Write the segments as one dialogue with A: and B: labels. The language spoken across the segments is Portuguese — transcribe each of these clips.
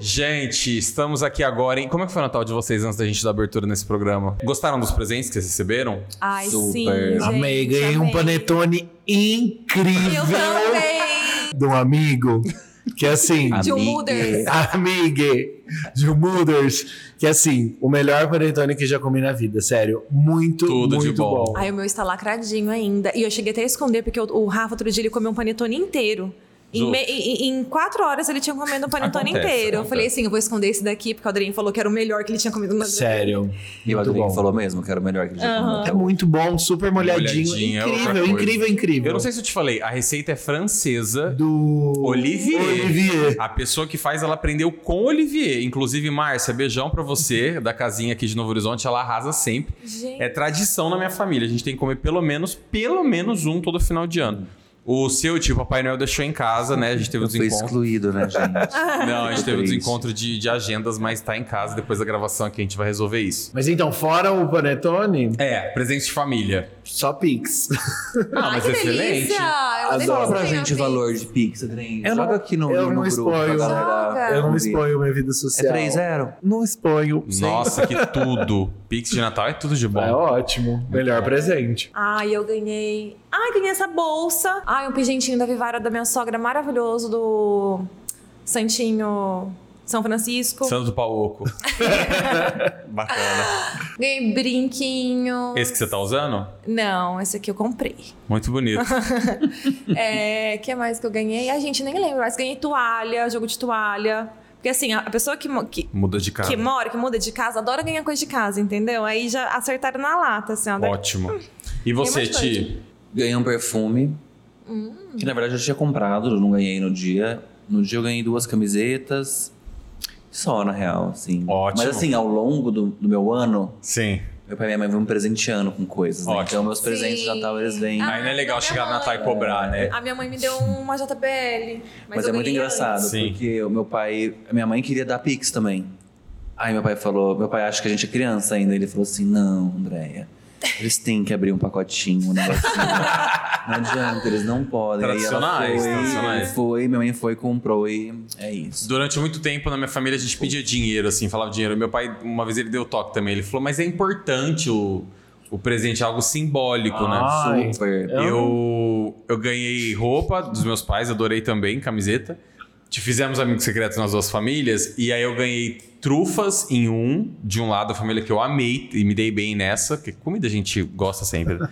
A: Gente, estamos aqui agora em. Como é que foi o Natal de vocês antes da gente dar abertura nesse programa? Gostaram dos presentes que vocês receberam?
B: Ai, sim,
A: Super.
B: gente.
C: Amei, ganhei um
B: amei.
C: panetone incrível
B: Eu também.
C: de um amigo. Que assim.
A: Ah,
B: De um
A: Amiga.
B: Muders.
C: Amigue, de Muders, que assim, o melhor panetone que já comi na vida, sério, muito,
A: Tudo de
C: muito
A: bom.
C: bom.
B: Ai, o meu está lacradinho ainda. E eu cheguei até a esconder, porque o, o Rafa outro dia ele comeu um panetone inteiro. Em,
A: Justo.
B: me- em- em quatro horas ele tinha comido um panetone
A: Acontece,
B: inteiro. Eu
A: acontece.
B: falei assim: eu vou esconder esse daqui, porque o Adriano falou que era o melhor que ele tinha comido. Mas...
C: Sério,
D: E o
C: muito
D: Adriano
C: bom.
D: falou mesmo que era o melhor que ele já comeu
B: Aham.
D: até
C: É
D: hoje.
C: muito bom, super molhadinho,
A: Molhadinho é outra
C: incrível,
A: coisa.
C: incrível, incrível.
A: Eu não sei se eu te falei, a receita é francesa.
C: do
A: Olivier.
C: Olivier.
A: A pessoa que faz, ela aprendeu com Olivier. Inclusive, Márcia, beijão pra você, da casinha aqui de Novo Horizonte. Ela arrasa sempre.
B: Gente.
A: É tradição na minha família. A gente tem que comer pelo menos, pelo menos um todo final de ano. O seu, tipo, Papai Noel deixou em casa, né? A gente teve
D: Eu
A: os
D: fui
A: encontros.
D: excluído, né, gente?
A: Não, a gente
D: Tô
A: teve um
D: triste.
A: desencontro de, de agendas, mas tá em casa depois da gravação aqui, a gente vai resolver isso.
C: Mas então, fora o panetone,
A: É, presente de família.
C: só Pix.
A: Ah,
B: Ai,
A: mas
B: que
A: excelente.
B: delícia! Eu
C: Adoro.
B: detesto
D: Fala pra
B: quem
D: gente o
B: avisa.
D: valor de Pix, Adriano.
C: Eu não-
D: Joga aqui no,
C: eu
D: no
C: não
D: grupo
C: exponho.
D: pra
B: Joga.
D: galera.
C: Eu não
D: ouvir.
C: exponho minha vida
D: É Hum,
C: social.
D: 3-0.
C: Não exponho.
A: Nossa, que tudo. Pix de Natal é tudo de
C: É
A: bom.
C: ótimo.
A: É.
C: Melhor presente.
B: Ai, eu ganhei. Ai, ganhei essa bolsa. Ai, um pigentinho da Vivara da minha sogra maravilhoso do Santinho São Francisco.
A: Santo do Pauoco. Bacana.
B: Ganhei brinquinho.
A: Esse que você tá usando?
B: Não, esse aqui eu comprei.
A: Muito bonito.
B: É, que mais que eu ganhei? A gente nem lembra, mas ganhei toalha, jogo de toalha. Porque assim, a a pessoa que, mo- que,
A: Muda de cara.
B: que mora, que muda de casa, adora ganhar coisa de casa, entendeu? Aí já acertaram na lata, assim, ó.
A: Ótimo. E você,
B: Tem bastante.
A: Ti?
D: Ganhei um perfume.
B: Hum.
D: Que na verdade eu já tinha comprado, eu não ganhei no dia. No dia eu ganhei duas camisetas. Só, na real, assim.
A: Ótimo.
D: Mas assim, ao longo do, do meu ano,
A: Sim.
D: meu pai e minha mãe vão me presenteando com coisas, né?
A: Ótimo.
D: Então meus presentes de
B: Sim.
D: Natal, eles vêm.
B: Ah,
A: Aí não é legal
B: da minha
A: chegar no
B: mãe.
A: Natal e cobrar, né?
B: A minha mãe me deu uma JBL. Mas,
D: Mas,
B: eu
D: é muito
B: ganhei
D: engraçado,
B: antes.
A: Sim.
D: porque o meu pai. A minha mãe queria dar Pix também. Aí meu pai falou, meu pai acha que a gente é criança ainda. Ele falou assim: não, Andréia. Eles têm que abrir um pacotinho, um negocinho. não adianta, eles não podem. Aí ela
A: Tradicionais,
D: foi,
A: tradicionais.
D: Foi, minha mãe foi, comprou e é isso.
A: Durante muito tempo na minha família a gente pedia dinheiro, assim, falava dinheiro. Meu pai, uma vez ele deu toque também. Ele falou, mas é importante o, o presente, é algo simbólico, né?
D: Ah,
C: Ai,
D: Super.
C: Eu-
A: Eu, eu ganhei roupa dos meus pais, adorei também, camiseta. Te fizemos amigos secretos nas duas famílias. E aí eu ganhei trufas em um, de um lado, a família que eu amei e me dei bem nessa, porque comida a gente gosta sempre. né?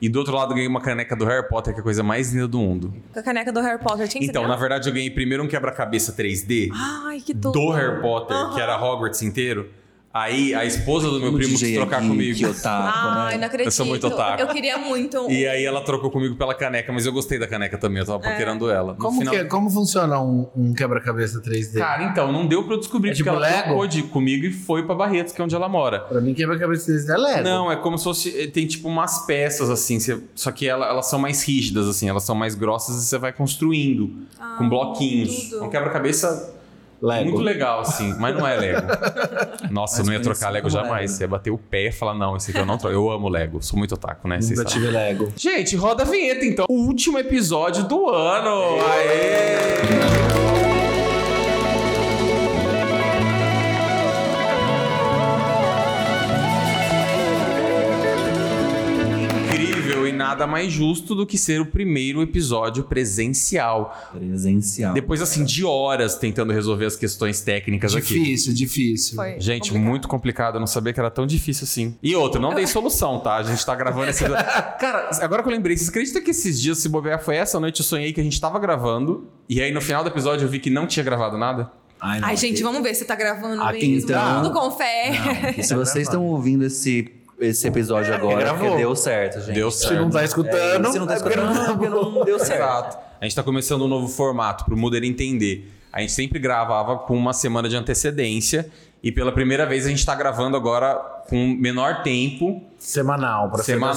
A: e do outro lado, eu ganhei uma caneca do Harry Potter, que é a coisa mais linda do mundo.
B: Com a caneca do Harry Potter. Tinha que ser
A: Então, na
B: dela?
A: verdade, eu ganhei primeiro um quebra-cabeça 3D
B: Ai, que tudo.
A: do Harry Potter,
B: Aham.
A: que era Hogwarts inteiro. Aí a esposa do meu
D: Um
A: primo quis trocar comigo.
D: Que otaku,
B: Ai,
D: né?
B: não acredito.
A: Eu sou muito otaku.
B: Eu queria muito. um-
A: E aí ela trocou comigo pela caneca, mas eu gostei da caneca também, eu tava
B: É.
A: paquerando ela. No
C: Como,
A: final-
C: que, é? como funciona um, um quebra-cabeça 3D?
A: Cara, então, não deu pra eu descobrir,
C: É
A: porque
C: tipo
A: ela
C: Lego?
A: trocou de comigo e foi pra Barretos, que é onde ela mora.
C: pra mim, quebra-cabeça 3D é Lego.
A: Não, é como se fosse. eh, Tem tipo umas peças assim, você- só que ela- elas são mais rígidas, assim, elas são mais grossas e você vai construindo
B: Ah,
A: com bloquinhos.
B: tudo.
A: Um quebra-cabeça
C: Lego.
A: muito legal, assim, mas não é Lego. Nossa, eu
D: Mas
A: não ia trocar
D: parecido
A: Lego
D: com
A: jamais.
D: Lego.
A: Você ia bater o pé e falar, não, esse aqui eu não troco. Eu amo Lego, sou muito otaku, né? Vocês
C: Nunca
A: sabem.
C: tive Lego.
A: Gente, roda a vinheta então. O último episódio do ano. Aê! Incrível e nada mais justo do que ser o primeiro episódio presencial.
D: Presencial.
A: Depois, assim, de horas tentando resolver as questões técnicas
E: É
A: aqui.
C: Difícil, difícil.
B: Foi
A: é Gente,
B: complicado.
A: muito complicado. Eu não sabia que era tão difícil assim. E outra, não dei solução, tá? A gente tá gravando esse. Cara, agora que eu lembrei, vocês acreditam que esses dias, se bobear, foi essa noite eu sonhei que a gente tava gravando. E aí no final do episódio eu vi que não tinha gravado nada?
D: não,
B: Ai, gente,
D: aqui-
B: vamos ver se tá gravando
C: Ah,
B: mesmo.
C: então-
B: Tudo com fé.
D: E
A: É
D: se vocês estão ouvindo esse, esse episódio agora, é
C: gravou.
D: porque deu certo, gente.
A: Deu
C: Se não
A: certo.
C: tá escutando.
D: É, se não tá
C: é porque
D: escutando,
C: não tá
D: porque não deu certo.
A: Exato. A gente tá começando um novo formato pro Muder entender. A gente sempre gravava com uma semana de antecedência. E pela primeira vez a gente tá gravando agora com menor tempo.
C: Semanal, pra
A: semanal,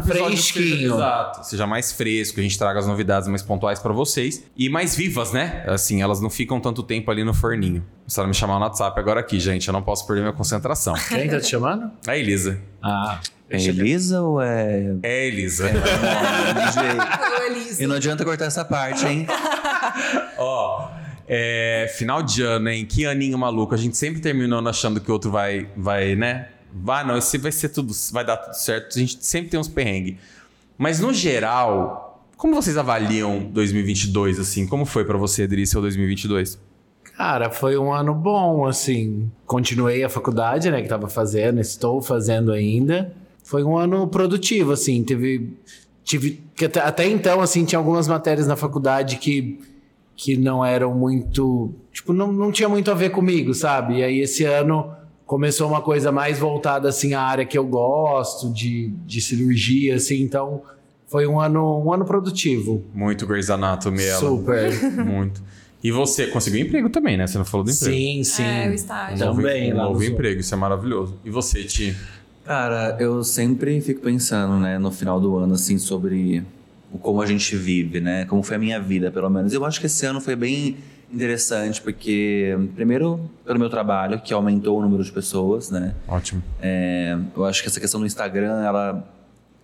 A: para que o episódio Seja,
C: fresquinho.
A: exato, seja mais fresco, a gente traga as novidades mais pontuais pra vocês e mais vivas, né? Assim, elas não ficam tanto tempo ali no forninho. Precisaram me chamar no WhatsApp agora aqui, gente, eu não posso perder minha concentração.
C: Quem tá te chamando?
A: É a Elisa.
C: Ah,
D: É Elisa ou é.
A: É a Elisa.
D: Não, não, não, gente.
B: Foi o Elisa.
D: e não adianta cortar essa parte, hein?
A: Ó, É, final de ano, hein? Que aninho maluco. A gente sempre terminando achando que o outro vai, vai, né? Vai, não, esse vai ser tudo, vai dar tudo certo. A gente sempre tem uns perrengues. Mas no geral, como vocês avaliam 2022 assim? Como foi pra você, Adri, seu 2022?
C: Cara, foi um ano bom, assim. Continuei a faculdade, né, que tava fazendo, estou fazendo ainda. Foi um ano produtivo, assim. Teve. Tive, que até, até então, assim, tinha algumas matérias na faculdade que, que não eram muito. Tipo, não, não tinha muito a ver comigo, sabe? E aí esse ano começou uma coisa mais voltada, assim, à área que eu gosto, de, de cirurgia, assim. Então, foi um ano, um ano produtivo.
A: Muito Grey's Anatomy, ela.
C: Super.
A: Muito. E você conseguiu emprego também, né? Você não falou do emprego.
C: Sim, sim.
B: É, o
A: Um
B: estágio.
C: Então-
A: novo-
C: Também,
A: Um
C: lá
A: novo
C: nos
A: emprego, isso é maravilhoso. E você, Ti?
D: Cara, eu sempre fico pensando, né, no final do ano, assim, sobre o como a gente vive, né? Como foi a minha vida, pelo menos. Eu acho que esse ano foi bem interessante, porque, primeiro, pelo meu trabalho, que aumentou o número de pessoas, né?
A: Ótimo.
D: É, eu acho que essa questão do Instagram, ela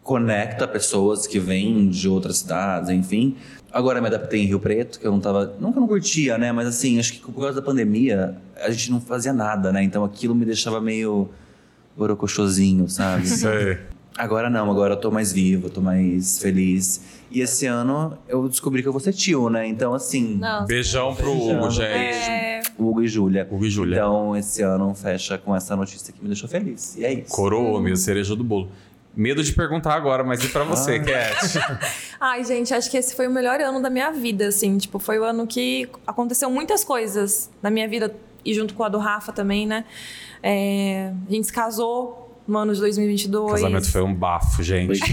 D: conecta pessoas que vêm de outras cidades, enfim. Agora eu me adaptei em Rio Preto, que eu não tava. Não que eu não curtia, né? Mas assim, acho que por causa da pandemia, a gente não fazia nada, né? Então aquilo me deixava meio borocochosinho, sabe?
A: É,
D: Agora não, agora eu tô mais vivo, tô mais feliz. E esse ano eu descobri que eu vou ser tio, né? Então, assim,
B: Não.
A: Beijão pro
D: Beijão.
A: Hugo, gente.
B: É,
D: Hugo e Júlia.
A: Hugo e Júlia.
D: Então, esse ano fecha com essa notícia que me deixou feliz. E é isso.
A: Coroa mesmo, cereja do bolo. Medo de perguntar agora, mas e pra você,
D: Ah.
A: Cat?
B: Ai, gente, acho que esse foi o melhor ano da minha vida, assim. Tipo, foi o ano que aconteceu muitas coisas na minha vida e junto com a do Rafa também, né? É, a gente se casou no ano de
A: O
B: 2022.
A: casamento foi um bafo,
D: Foi
A: gente.
D: tudo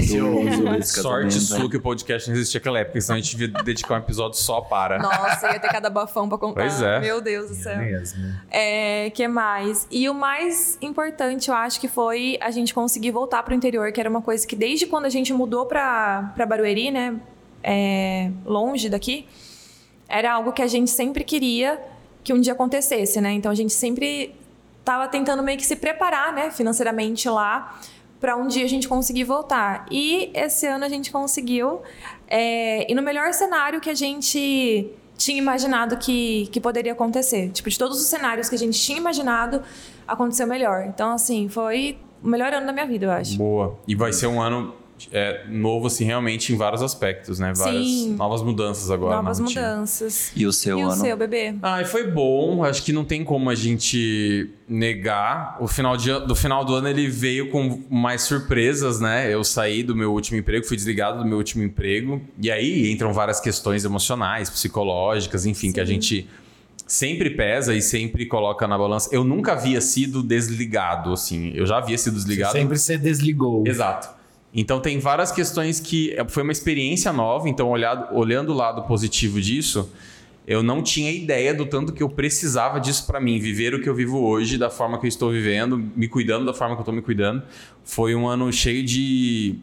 D: esse
A: Sorte
D: casamento,
A: sua
D: né?
A: que o podcast não existia naquela época, senão a gente devia dedicar um episódio só para.
B: Nossa, ia ter cada bafão pra contar.
A: Pois é.
B: Meu Deus do céu.
C: mesmo.
B: É, que mais? E o mais importante, eu acho que foi a gente conseguir voltar pro interior, que era uma coisa que desde quando a gente mudou pra, pra Barueri, né? é, longe daqui, era algo que a gente sempre queria que um dia acontecesse, né? Então a gente sempre tava tentando meio que se preparar, né, financeiramente lá, pra um dia a gente conseguir voltar. E esse ano a gente conseguiu. é, e no melhor cenário que a gente tinha imaginado que, que poderia acontecer. Tipo, de todos os cenários que a gente tinha imaginado, aconteceu melhor. Então, assim, foi o melhor ano da minha vida, eu acho.
A: Boa. E vai ser um ano é, novo, assim, realmente em vários aspectos, né? Várias
B: Sim.
A: novas mudanças agora.
B: Novas
A: na rotina.
B: mudanças.
D: E o seu
B: e
D: ano?
B: o seu, bebê?
A: Ah, e foi bom. Acho que não tem como a gente negar. O final de, an- do final do ano ele veio com mais surpresas, né? Eu saí do meu último emprego, fui desligado do meu último emprego. E aí entram várias questões emocionais, psicológicas, enfim, que a
B: Sim.
A: gente sempre pesa e sempre coloca na balança. Eu nunca havia sido desligado, assim. Eu já havia sido desligado.
C: Sempre você desligou.
A: Exato. Então tem várias questões que eh, foi uma experiência nova, então olhado- olhando o lado positivo disso, eu não tinha ideia do tanto que eu precisava disso pra mim, viver o que eu vivo hoje, da forma que eu estou vivendo, me cuidando da forma que eu tô me cuidando. Foi um ano cheio de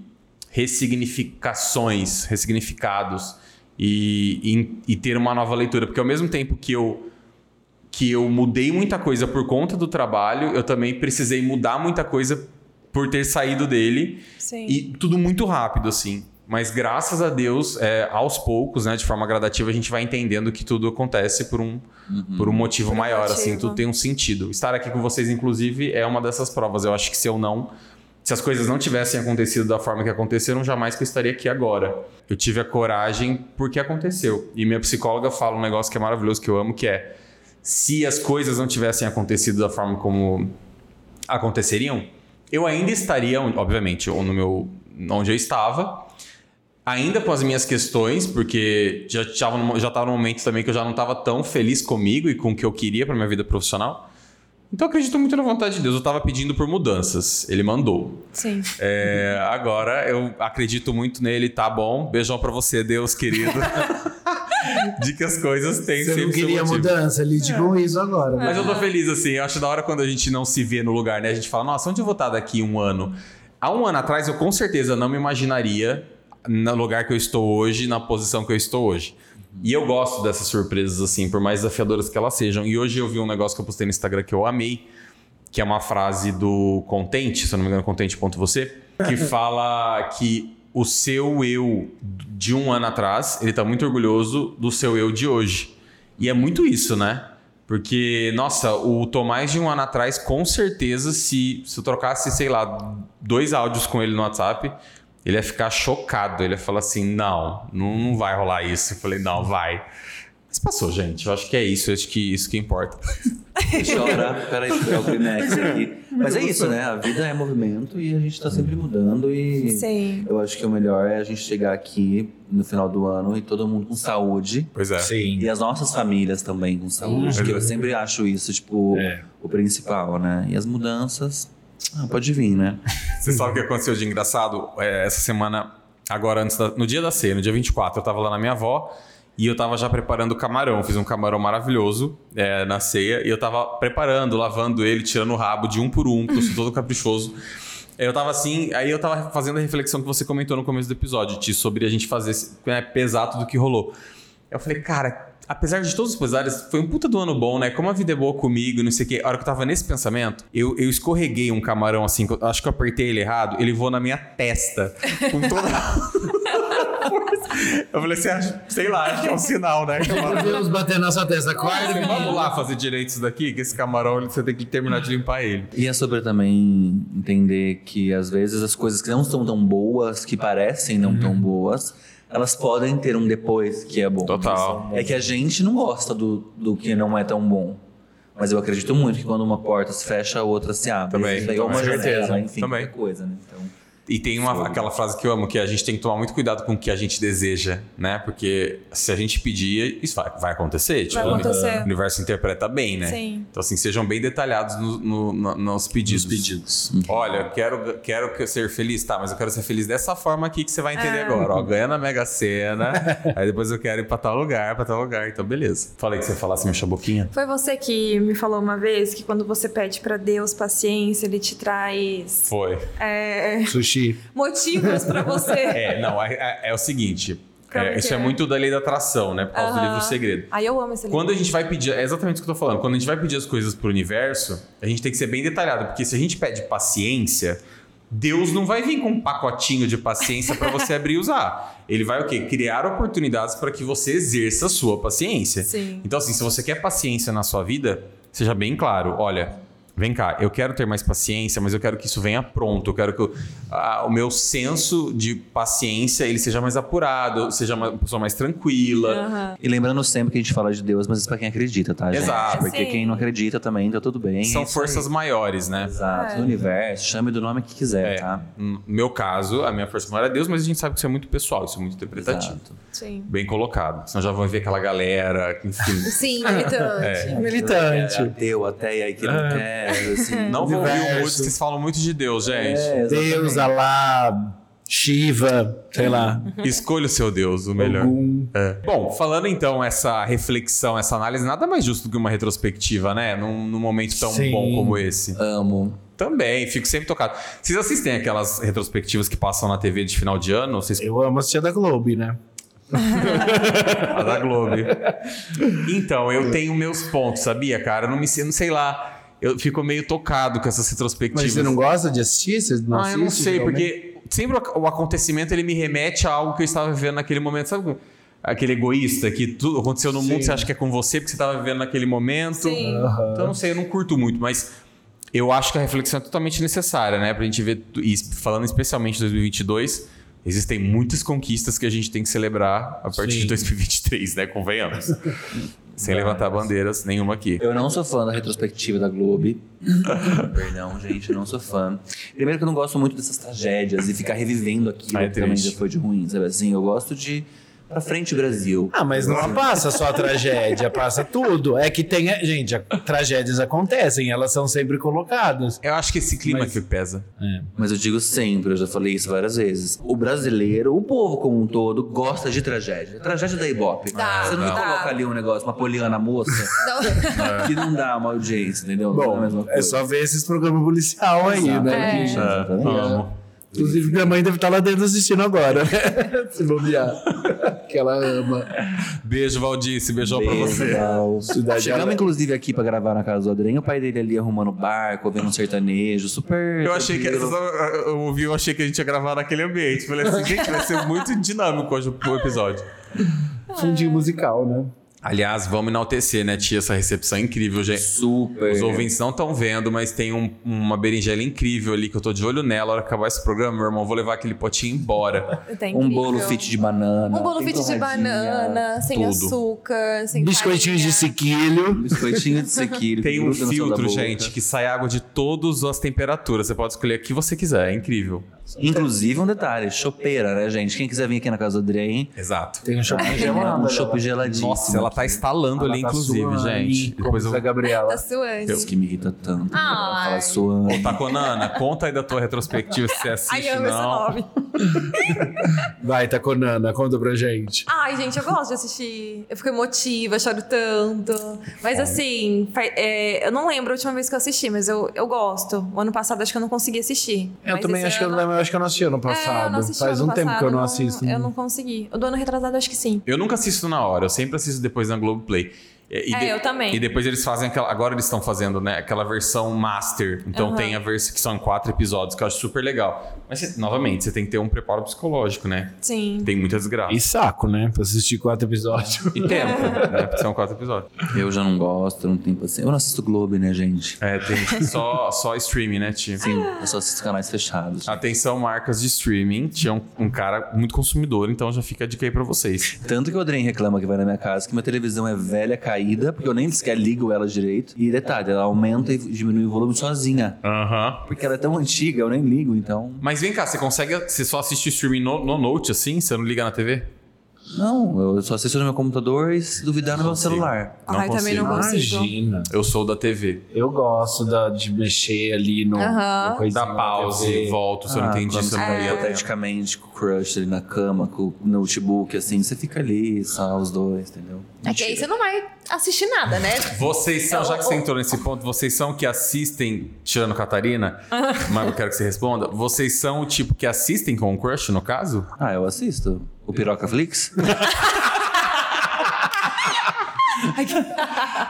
A: ressignificações, ressignificados e, e- e ter uma nova leitura, porque ao mesmo tempo que eu que eu mudei muita coisa por conta do trabalho, eu também precisei mudar muita coisa por ter saído dele
B: Sim.
A: e tudo muito rápido, assim. Mas graças a Deus, é, aos poucos, né, de forma gradativa, a gente vai entendendo que tudo acontece por um, por um motivo maior, assim,
B: motivo.
A: tudo tem um sentido. Estar aqui com vocês, inclusive, é uma dessas provas. Eu acho que se eu não. Se as coisas não tivessem acontecido da forma que aconteceram, jamais que eu estaria aqui agora. Eu tive a coragem porque aconteceu. E minha psicóloga fala um negócio que é maravilhoso, que eu amo, que é se as coisas não tivessem acontecido da forma como aconteceriam, eu ainda estaria, obviamente, ou no meu onde eu estava, ainda com as minhas questões, porque já estava num, já tava num momento também que eu já não estava tão feliz comigo e com o que eu queria para minha vida profissional. Então eu acredito muito na vontade de Deus. Eu estava pedindo por mudanças, ele mandou.
B: Sim.
A: É, agora eu acredito muito nele, tá bom? Beijão para você, Deus querido. de que as coisas têm
C: Você
A: sempre
C: não
A: seu
C: queria
A: motivo.
C: mudança, lide com isso agora.
A: Mas eu tô feliz, assim. Eu acho da hora quando a gente não se vê no lugar, né? A gente fala, nossa, onde eu vou estar daqui um ano? Há um ano atrás, eu com certeza não me imaginaria no lugar que eu estou hoje, na posição que eu estou hoje. E eu gosto dessas surpresas, assim, por mais desafiadoras que elas sejam. E hoje eu vi um negócio que eu postei no Instagram que eu amei, que é uma frase do Contente, se eu não me engano, Contente.você, que fala que o seu eu de um ano atrás, ele tá muito orgulhoso do seu eu de hoje. E é muito isso, né? Porque, nossa, o Tomás de um ano atrás, com certeza, se, se eu trocasse, sei lá, dois áudios com ele no WhatsApp, ele ia ficar chocado. Ele ia falar assim: não, não, não vai rolar isso. Eu falei: não, vai. Mas passou, gente. Eu acho que é isso. Eu acho que isso que importa.
D: Chora, peraí, é o Primex aqui. Mas é isso, né? A vida é movimento e a gente tá sempre mudando e.
B: Sim.
D: Eu acho que o melhor é a gente chegar aqui no final do ano e todo mundo com saúde.
A: Pois é.
D: E
C: Sim.
D: as nossas famílias também com saúde.
A: Sim.
D: que eu sempre acho isso, tipo,
C: É.
D: o principal, né? E as mudanças. Ah, pode vir, né?
A: Você sabe o que aconteceu de engraçado? É, essa semana, agora antes da- no dia da ceia, no dia 24, eu tava lá na minha avó e eu tava já preparando o camarão. Fiz um camarão maravilhoso é, na ceia e eu tava preparando, lavando ele, tirando o rabo de um por um, porque eu sou todo caprichoso. Eu tava assim, aí eu tava fazendo a reflexão que você comentou no começo do episódio, Ti, sobre a gente fazer, esse- né, pesar tudo que rolou. Eu falei, cara, apesar de todos os pesares, foi um puta do ano bom, né? Como a vida é boa comigo, não sei o quê. A hora que eu tava nesse pensamento, eu, eu escorreguei um camarão assim, que eu- acho que eu apertei ele errado, ele voou na minha testa. Com toda. eu falei assim, acho- sei lá, acho que é um sinal, né? camarão?
C: Vamos bater na sua testa. Acorda,
A: Assim,
C: menino.
A: Vamos lá fazer direito isso daqui, que esse camarão ele- você tem que terminar de limpar ele.
D: E é sobre também entender que às vezes as coisas que não são tão boas, que parecem não
A: Uhum.
D: tão boas, elas podem ter um depois que é bom.
A: Total.
D: É que a gente não gosta do, do que não é tão bom. Mas eu acredito muito que quando uma porta se fecha, a outra se abre.
A: Também,
D: Isso daí é uma
A: também.
D: janela,
A: Certeza.
D: enfim,
A: Também.
D: qualquer coisa, né? Então,
A: E tem uma, aquela frase que eu amo, que a gente tem que tomar muito cuidado com o que a gente deseja, né? Porque se a gente pedir, isso vai, vai acontecer. Tipo,
B: acontecer.
A: O universo interpreta bem, né?
B: Sim.
A: Então, assim, sejam bem detalhados no- no- no- nos pedidos. Uhum.
E: pedidos.
A: Olha, quero, quero que eu ser feliz, tá? Mas eu quero ser feliz dessa forma aqui que você vai
B: Ah.
A: entender agora. Ó, ganha na Mega Sena, aí depois eu quero ir pra tal lugar, pra tal lugar. Então, beleza. Falei que você falasse minha boquinha.
B: Foi você que me falou uma vez que quando você pede pra Deus paciência, ele te traz
A: Foi.
B: é,
C: Sushi.
B: motivos pra você.
A: É, não, é, é- é o seguinte.
B: Como
A: é,
B: que
A: isso é
B: é?
A: muito da lei da atração, né? Por causa do
B: Aham.
A: livro
D: É.
A: Segredo.
B: Aí eu amo esse livro.
A: Quando a gente vai pedir, é exatamente isso que eu tô falando. Quando a gente vai pedir as coisas pro universo, a gente tem que ser bem detalhado, porque se a gente pede paciência, Deus não vai vir com um pacotinho de paciência pra você abrir e usar. Ele vai o quê? Criar oportunidades para que você exerça a sua paciência.
B: Sim.
A: Então, assim, se você quer paciência na sua vida, seja bem claro, olha, vem cá, eu quero ter mais paciência, mas eu quero que isso venha pronto, eu quero que eu- ah, o meu senso de paciência ele seja mais apurado, eu seja uma pessoa mais tranquila.
B: Aham.
D: e lembrando sempre que a gente fala de Deus, mas isso pra quem acredita, tá, gente?
A: Exato.
D: Porque
B: Sim.
D: quem não acredita também, tá tudo bem.
A: São
D: é isso aí.
A: forças maiores, né?
D: Exato,
B: É.
D: do universo, chame do nome que quiser,
A: É.
D: tá?
A: No meu caso, a minha força maior é Deus, mas a gente sabe que isso é muito pessoal, isso é muito interpretativo.
D: Exato.
B: Sim.
A: Bem colocado. Senão já vão ver aquela galera, que, enfim.
F: Sim, militante.
C: Militante. É.
D: É, Ateu, até e aí que não quer, assim.
A: Não vão ouvir
C: Diverso.
A: muito, vocês falam muito de Deus, gente.
D: É,
C: Deus, Alá, Shiva, sei lá.
A: Escolha o seu Deus, o melhor.
C: Ogum.
A: É. Bom, falando então essa reflexão, essa análise, nada mais justo do que uma retrospectiva, né? Num, num momento tão
C: Sim.
A: bom como esse.
D: Amo.
A: Também, fico sempre tocado. Vocês assistem aquelas retrospectivas que passam na TV de final de ano? Vocês
C: Eu amo assistir a da Globo, né?
A: A da Globo. Então, eu tenho meus pontos, sabia, cara? Eu não me eu não sei lá. Eu fico meio tocado com essas retrospectivas.
C: Mas você não gosta de assistir? Você não
A: ah, eu não
C: assiste, então, né?
A: sei,
C: geralmente?
A: porque sempre o o acontecimento ele me remete a algo que eu estava vivendo naquele momento. Sabe aquele egoísta que tudo aconteceu no
C: Sim.
A: mundo, você acha que é com você porque você estava vivendo naquele momento?
B: Sim.
A: Então, eu não sei, eu não curto muito, mas eu acho que a reflexão é totalmente necessária, né? Pra gente ver, tu- e falando especialmente de 2022, existem muitas conquistas que a gente tem que celebrar a partir
C: Sim.
A: de 2023, né? Convenhamos. Sem levantar bandeiras, nenhuma aqui.
D: Eu não sou fã da retrospectiva da Globo. Perdão, gente, eu não sou fã. Primeiro que eu não gosto muito dessas tragédias e ficar revivendo aquilo
A: Ah, é
D: que também
A: triste.
D: já foi de ruim, sabe? Assim, eu gosto de pra frente Brasil.
C: Ah, mas não passa só a tragédia, passa tudo. É que tem. Gente, a- tragédias acontecem, elas são sempre colocadas.
A: Eu acho que esse clima que pesa.
D: Mas eu digo sempre, eu já falei isso várias vezes. O brasileiro, o povo como um todo, gosta de tragédia. Tragédia da Ibope.
F: Dá,
D: Você não
F: dá.
D: coloca ali um negócio, uma poliana moça,
F: Então,
D: que não dá uma audiência, entendeu? não é, a
C: É. Bom,
D: mesma
C: é
D: coisa.
C: só ver esses programas policial aí, né?
D: Exatamente, exatamente.
A: Amo.
C: Inclusive, minha mãe deve estar lá dentro assistindo agora, né? Se bobear. que ela ama.
A: Beijo, Valdir. Esse beijão pra
D: Beijo,
A: você.
D: Val.
C: Cidade
D: Chegamos,
C: Alegre.
D: inclusive, aqui pra gravar na casa do Adrien. O pai dele ali arrumando barco, ouvindo um sertanejo, super.
A: Eu achei que
D: tranquilo.
A: eu eu ouvi, eu achei que a gente ia gravar naquele ambiente.
B: É.
A: Falei assim, gente, vai ser muito dinâmico hoje o episódio.
C: Fundinho musical, né?
A: Aliás, vamos enaltecer, né, tia? Essa recepção é incrível, gente.
D: Super.
A: Os ouvintes não estão vendo, mas tem um- uma berinjela incrível ali que eu tô de olho nela. A hora que acabar esse programa, meu irmão, eu vou levar aquele potinho embora.
B: Tá
D: Um
B: incrível.
D: bolo fit de banana.
B: Um bolo
D: tem
B: fit de
D: torradinha,
B: banana, sem
A: tudo.
B: açúcar, sem
C: Biscoitinhos de
B: farinha.
C: sequilho.
D: Um Biscoitinho de sequilho.
A: Tem
D: que
A: um
D: gruda no céu da
A: filtro,
D: boca.
A: gente, que sai água de todas as temperaturas. Você pode escolher o que você quiser, é incrível.
D: Inclusive, um detalhe, chopeira, né, gente? Quem quiser vir aqui na casa do André, hein?
A: Exato.
C: Tem um chope gelado.
D: Um chope geladíssimo.
A: Nossa, ela tá estalando ali, inclusive, gente. Depois
C: Depois
A: eu
C: da
A: vou
C: Gabriela.
B: Tá suando.
D: Isso que me irrita tanto. Ela fala
B: Ai.
D: suando.
A: contar com a Nana. Tá, Conta aí da tua retrospectiva se você
B: Ai,
A: assiste,
B: amo esse
A: não.
B: nome.
C: Vai, Taconana, conta pra gente.
B: Ai, gente, eu gosto de assistir. Eu fico emotiva, choro tanto. Mas assim, fa- é, eu não lembro a última vez que eu assisti, mas eu, eu gosto. O ano passado acho que eu não consegui assistir.
C: Eu
B: Mas
C: também
B: esse
C: acho que eu,
B: ano-
C: não- eu acho que eu não assisti ano
B: É, eu
C: passado.
B: não assisti
C: Faz um
B: ano
C: tempo que eu
B: passado,
C: não assisto.
B: Eu não consegui. O do ano retrasado acho que sim.
A: Eu nunca assisto na hora, eu sempre assisto depois na Globoplay. E, e
B: É, eu também.
A: E depois eles fazem aquela. Agora eles estão fazendo, né? Aquela versão master. Então
B: Aham.
A: tem a versão que são quatro episódios, que eu acho super legal. Mas, você- novamente, você tem que ter um preparo psicológico, né?
B: Sim.
A: Tem muitas graças.
C: E saco, né? Pra assistir quatro episódios.
A: E tempo, né? Porque São quatro episódios.
D: Eu já não gosto, não tenho paciência. Eu não assisto Globo, né, gente?
A: É, tem só, só streaming, né, Ti?
D: Sim, eu só assisto canais fechados.
A: Atenção, marcas de streaming. Tinha um, um cara muito consumidor, então já fica a dica aí pra vocês.
D: Tanto que o Adrien reclama que vai na minha casa que minha televisão é velha, caída, porque eu nem sequer ligo ela direito. E detalhe, ela aumenta e diminui o volume sozinha.
A: Aham.
D: Porque ela é tão antiga, eu nem ligo, então.
A: Mas vem cá, você consegue. Você só assiste streaming no, no Note assim? Você não liga na TV?
D: Não, eu só assisto no meu computador e se duvidar no meu celular.
A: Não
B: Ai, também não consigo.
C: Imagina.
A: Eu sou da TV.
C: Eu gosto da- de mexer ali no.
B: Aham.
C: na coisinha
A: Dá
C: da
A: pause,
C: TV.
A: volta, se eu não
C: Ah,
A: entendi
D: quando
A: isso.
D: você
A: eu não
D: tá
C: é.
A: ia até.
D: hipoteticamente com o crush ali na cama, com o notebook, assim, você fica ali, só os dois, entendeu?
B: É que aí você não vai assistir nada, né?
A: Vocês são, já que você entrou nesse ponto, vocês são que assistem, tirando Catarina, mas eu quero que você responda. Vocês são o tipo que assistem com o crush, no caso?
D: Ah, eu assisto. O Piroca Flix?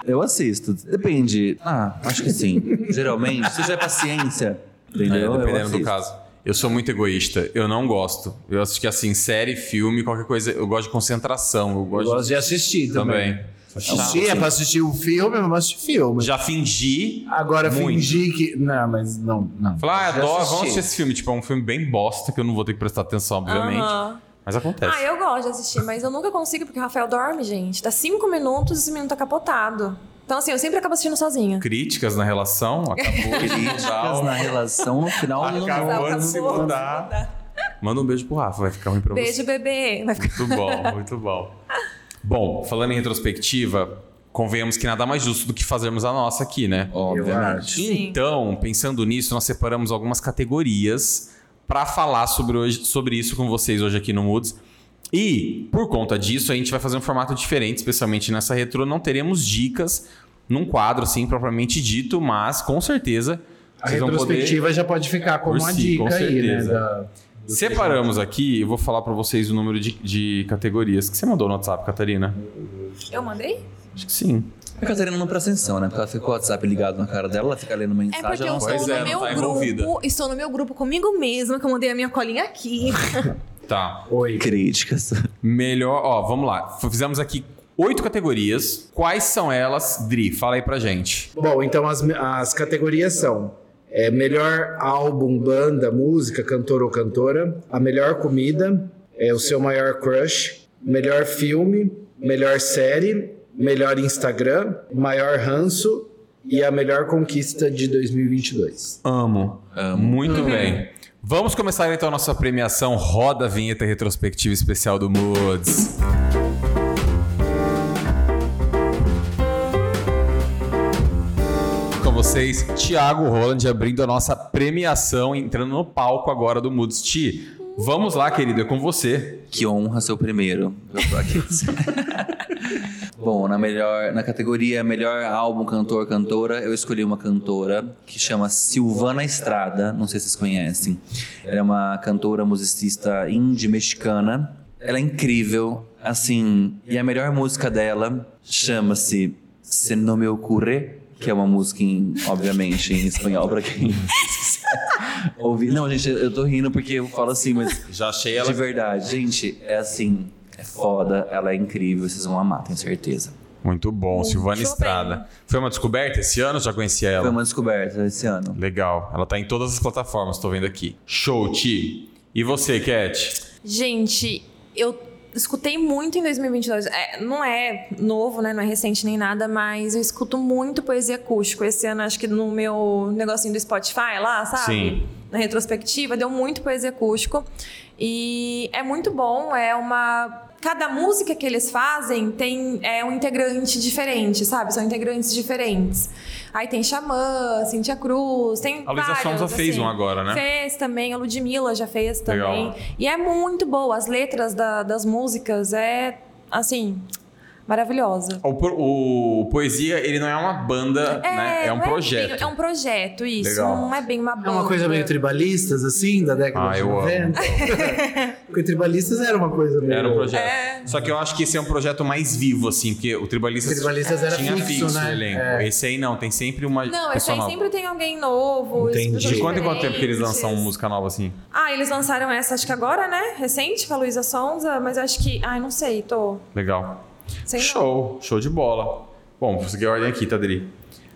D: eu assisto. Depende. Ah, acho que sim. Geralmente, se tiver paciência, entendeu?
A: É,
D: Eu
A: dependendo do
D: assisto.
A: caso. Eu sou muito egoísta, eu não gosto. Eu acho que assim, série, filme, qualquer coisa, eu gosto de concentração, eu
C: Eu
A: gosto,
C: gosto de assistir também.
A: também.
C: Assistir é pra assistir o filme, eu gosto de filme.
A: Já fingi.
C: Agora
A: Muito.
C: fingir que. Não, mas não. não.
A: Falar, ah,
C: Já
A: adoro,
C: assisti.
A: vamos assistir esse filme. Tipo, é um filme bem bosta que eu não vou ter que prestar atenção, obviamente.
B: Aham.
A: Mas acontece.
B: Ah, eu gosto de assistir, mas eu nunca consigo porque o Rafael dorme, gente. Dá cinco minutos e esse menino tá capotado. Então, assim, eu sempre acabo assistindo sozinha.
A: Críticas na relação, acabou.
D: Críticas na relação no final do
A: Acabou.
D: ano.
A: de se mudar. Manda um beijo pro Rafa, vai ficar ruim pra você.
B: Beijo, bebê. Vai ficar-
A: Muito bom, muito bom. Bom, falando em retrospectiva, convenhamos que nada mais justo do que fazermos a nossa aqui, né?
D: Obviamente.
B: Sim.
A: Então, pensando nisso, nós separamos algumas categorias pra falar sobre, hoje, sobre isso com vocês hoje aqui no Moods. E, por conta disso, a gente vai fazer um formato diferente, especialmente nessa retro. Não teremos dicas num quadro, assim, propriamente dito, mas com certeza
C: A
A: vocês vão poder.
C: retrospectiva já pode ficar como
A: Por
C: uma
A: si, com
C: dica aí, né?
A: certeza.
C: da- do
A: Separamos aqui, eu vou falar pra vocês o número de, de categorias que você mandou no WhatsApp, Catarina.
B: Eu mandei?
A: Acho que sim.
D: A Catarina não presta atenção, né? Porque ela ficou o WhatsApp ligado na cara dela, ela fica lendo
B: É
D: mensagem.
B: porque
D: ela
B: eu
D: não
B: estou
A: Pois
B: no
A: é, não
B: meu
A: tá
B: grupo.
A: envolvida.
B: Estou no meu grupo comigo mesma, que eu mandei a minha colinha aqui.
A: Tá.
C: que- Oi.
D: Críticas.
A: Melhor, ó, vamos lá. F- Fizemos aqui oito categorias. Quais são elas, Dri? Fala aí pra gente.
C: Bom, então as, as categorias são é, melhor álbum, banda, música, cantor ou cantora, a melhor comida, é, o seu maior crush, melhor filme, melhor série, melhor Instagram, maior ranço e a melhor conquista de 2022.
A: Amo. Muito
D: Uhum.
A: bem. Vamos começar então a nossa premiação Roda a Vinheta Retrospectiva Especial do Moods. Com vocês, Thiago Roland abrindo a nossa premiação, entrando no palco agora do Moods. Ti, vamos lá, querido, é com você.
D: Que honra ser o primeiro. Eu tô aqui. Bom, na melhor, na categoria melhor álbum cantor cantora, eu escolhi uma cantora que chama Silvana Estrada, não sei se vocês conhecem. Ela é uma cantora musicista indie mexicana. Ela é incrível, assim, e a melhor música dela chama-se Se no me ocurre, que é uma música em, obviamente em espanhol pra quem ouvir. Não, gente, eu tô rindo porque eu falo assim, mas
A: Já achei
D: de verdade, gente, é assim, é foda, ela é incrível, vocês vão amar, tenho certeza.
A: Muito bom, Silvana
B: bem.
A: Estrada. Foi uma descoberta esse ano? Já conhecia
D: Foi
A: ela?
D: uma descoberta esse ano.
A: Legal. Ela tá em todas as plataformas, tô vendo aqui. Show, Ti. E você, Cat?
B: Gente, eu escutei muito em 2022. É, não é novo, né? Não é recente nem nada, mas eu escuto muito poesia acústico. Esse ano, acho que no meu negocinho do Spotify lá, sabe?
A: Sim.
B: Na retrospectiva, deu muito poesia acústico. E é muito bom, é uma. Cada música que eles fazem tem é, um integrante diferente, sabe? São integrantes diferentes. Aí tem Xamã, Cintia Cruz, tem.
A: A Luísa
B: vários,
A: Sonza fez
B: assim.
A: um agora, né?
B: Fez também, a Ludmilla já fez também.
A: Legal.
B: E é muito boa, as letras da- das músicas é, assim, maravilhosa.
A: O, pro- o Poesia, ele não é uma banda, né? É um
B: não
A: projeto.
B: bem- é um projeto, isso.
A: Legal.
B: Não é bem uma
E: É
B: banda.
E: uma coisa meio tribalistas, assim, da
B: é um
E: década
A: Ah,
E: de
A: eu amo.
E: 90. Porque tribalistas era uma coisa meio.
A: Era um projeto. Só que eu acho que esse é um projeto mais vivo, assim, porque o Tribalistas,
E: Tribalistas era
A: tinha
E: fixo,
A: o
E: né?
A: elenco.
E: É.
A: Esse aí não, tem sempre uma
B: Não, esse
A: pessoa
B: aí
A: nova.
B: sempre tem alguém novo.
E: Entendi.
B: pessoas
A: De quanto em quanto tempo que eles lançam
B: diferentes.
A: música nova, assim?
B: Ah, eles lançaram essa, acho que agora, né? Recente, com a Luísa Sonza, mas acho que. Ai, não sei, tô.
A: Legal.
B: Sei não.
A: show, show de bola. Bom, vou seguir a ordem aqui, Tadri.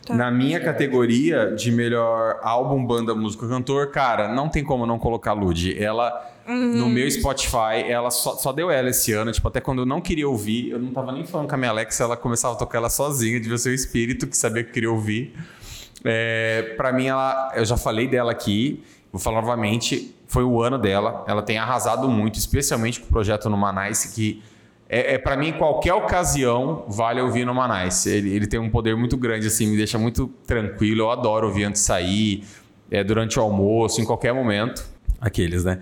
B: Tá.
A: Na minha categoria de melhor álbum, banda, música, cantor, cara, não tem como não colocar a Lud. Ela,
B: Uhum.
A: no meu Spotify, ela só, só deu ela esse ano. Tipo, até quando eu não queria ouvir, eu não tava nem falando com a minha Alexa, ela começava a tocar ela sozinha, devia ser o espírito que sabia que eu queria ouvir. É, para mim, ela, eu já falei dela aqui, vou falar novamente, foi o ano dela. Ela tem arrasado muito, especialmente com o projeto no Manice, que é, é para mim qualquer ocasião vale ouvir no Manice. Ele, ele tem um poder muito grande, assim, me deixa muito tranquilo. Eu adoro ouvir antes de sair, é, durante o almoço, em qualquer momento. Aqueles, né?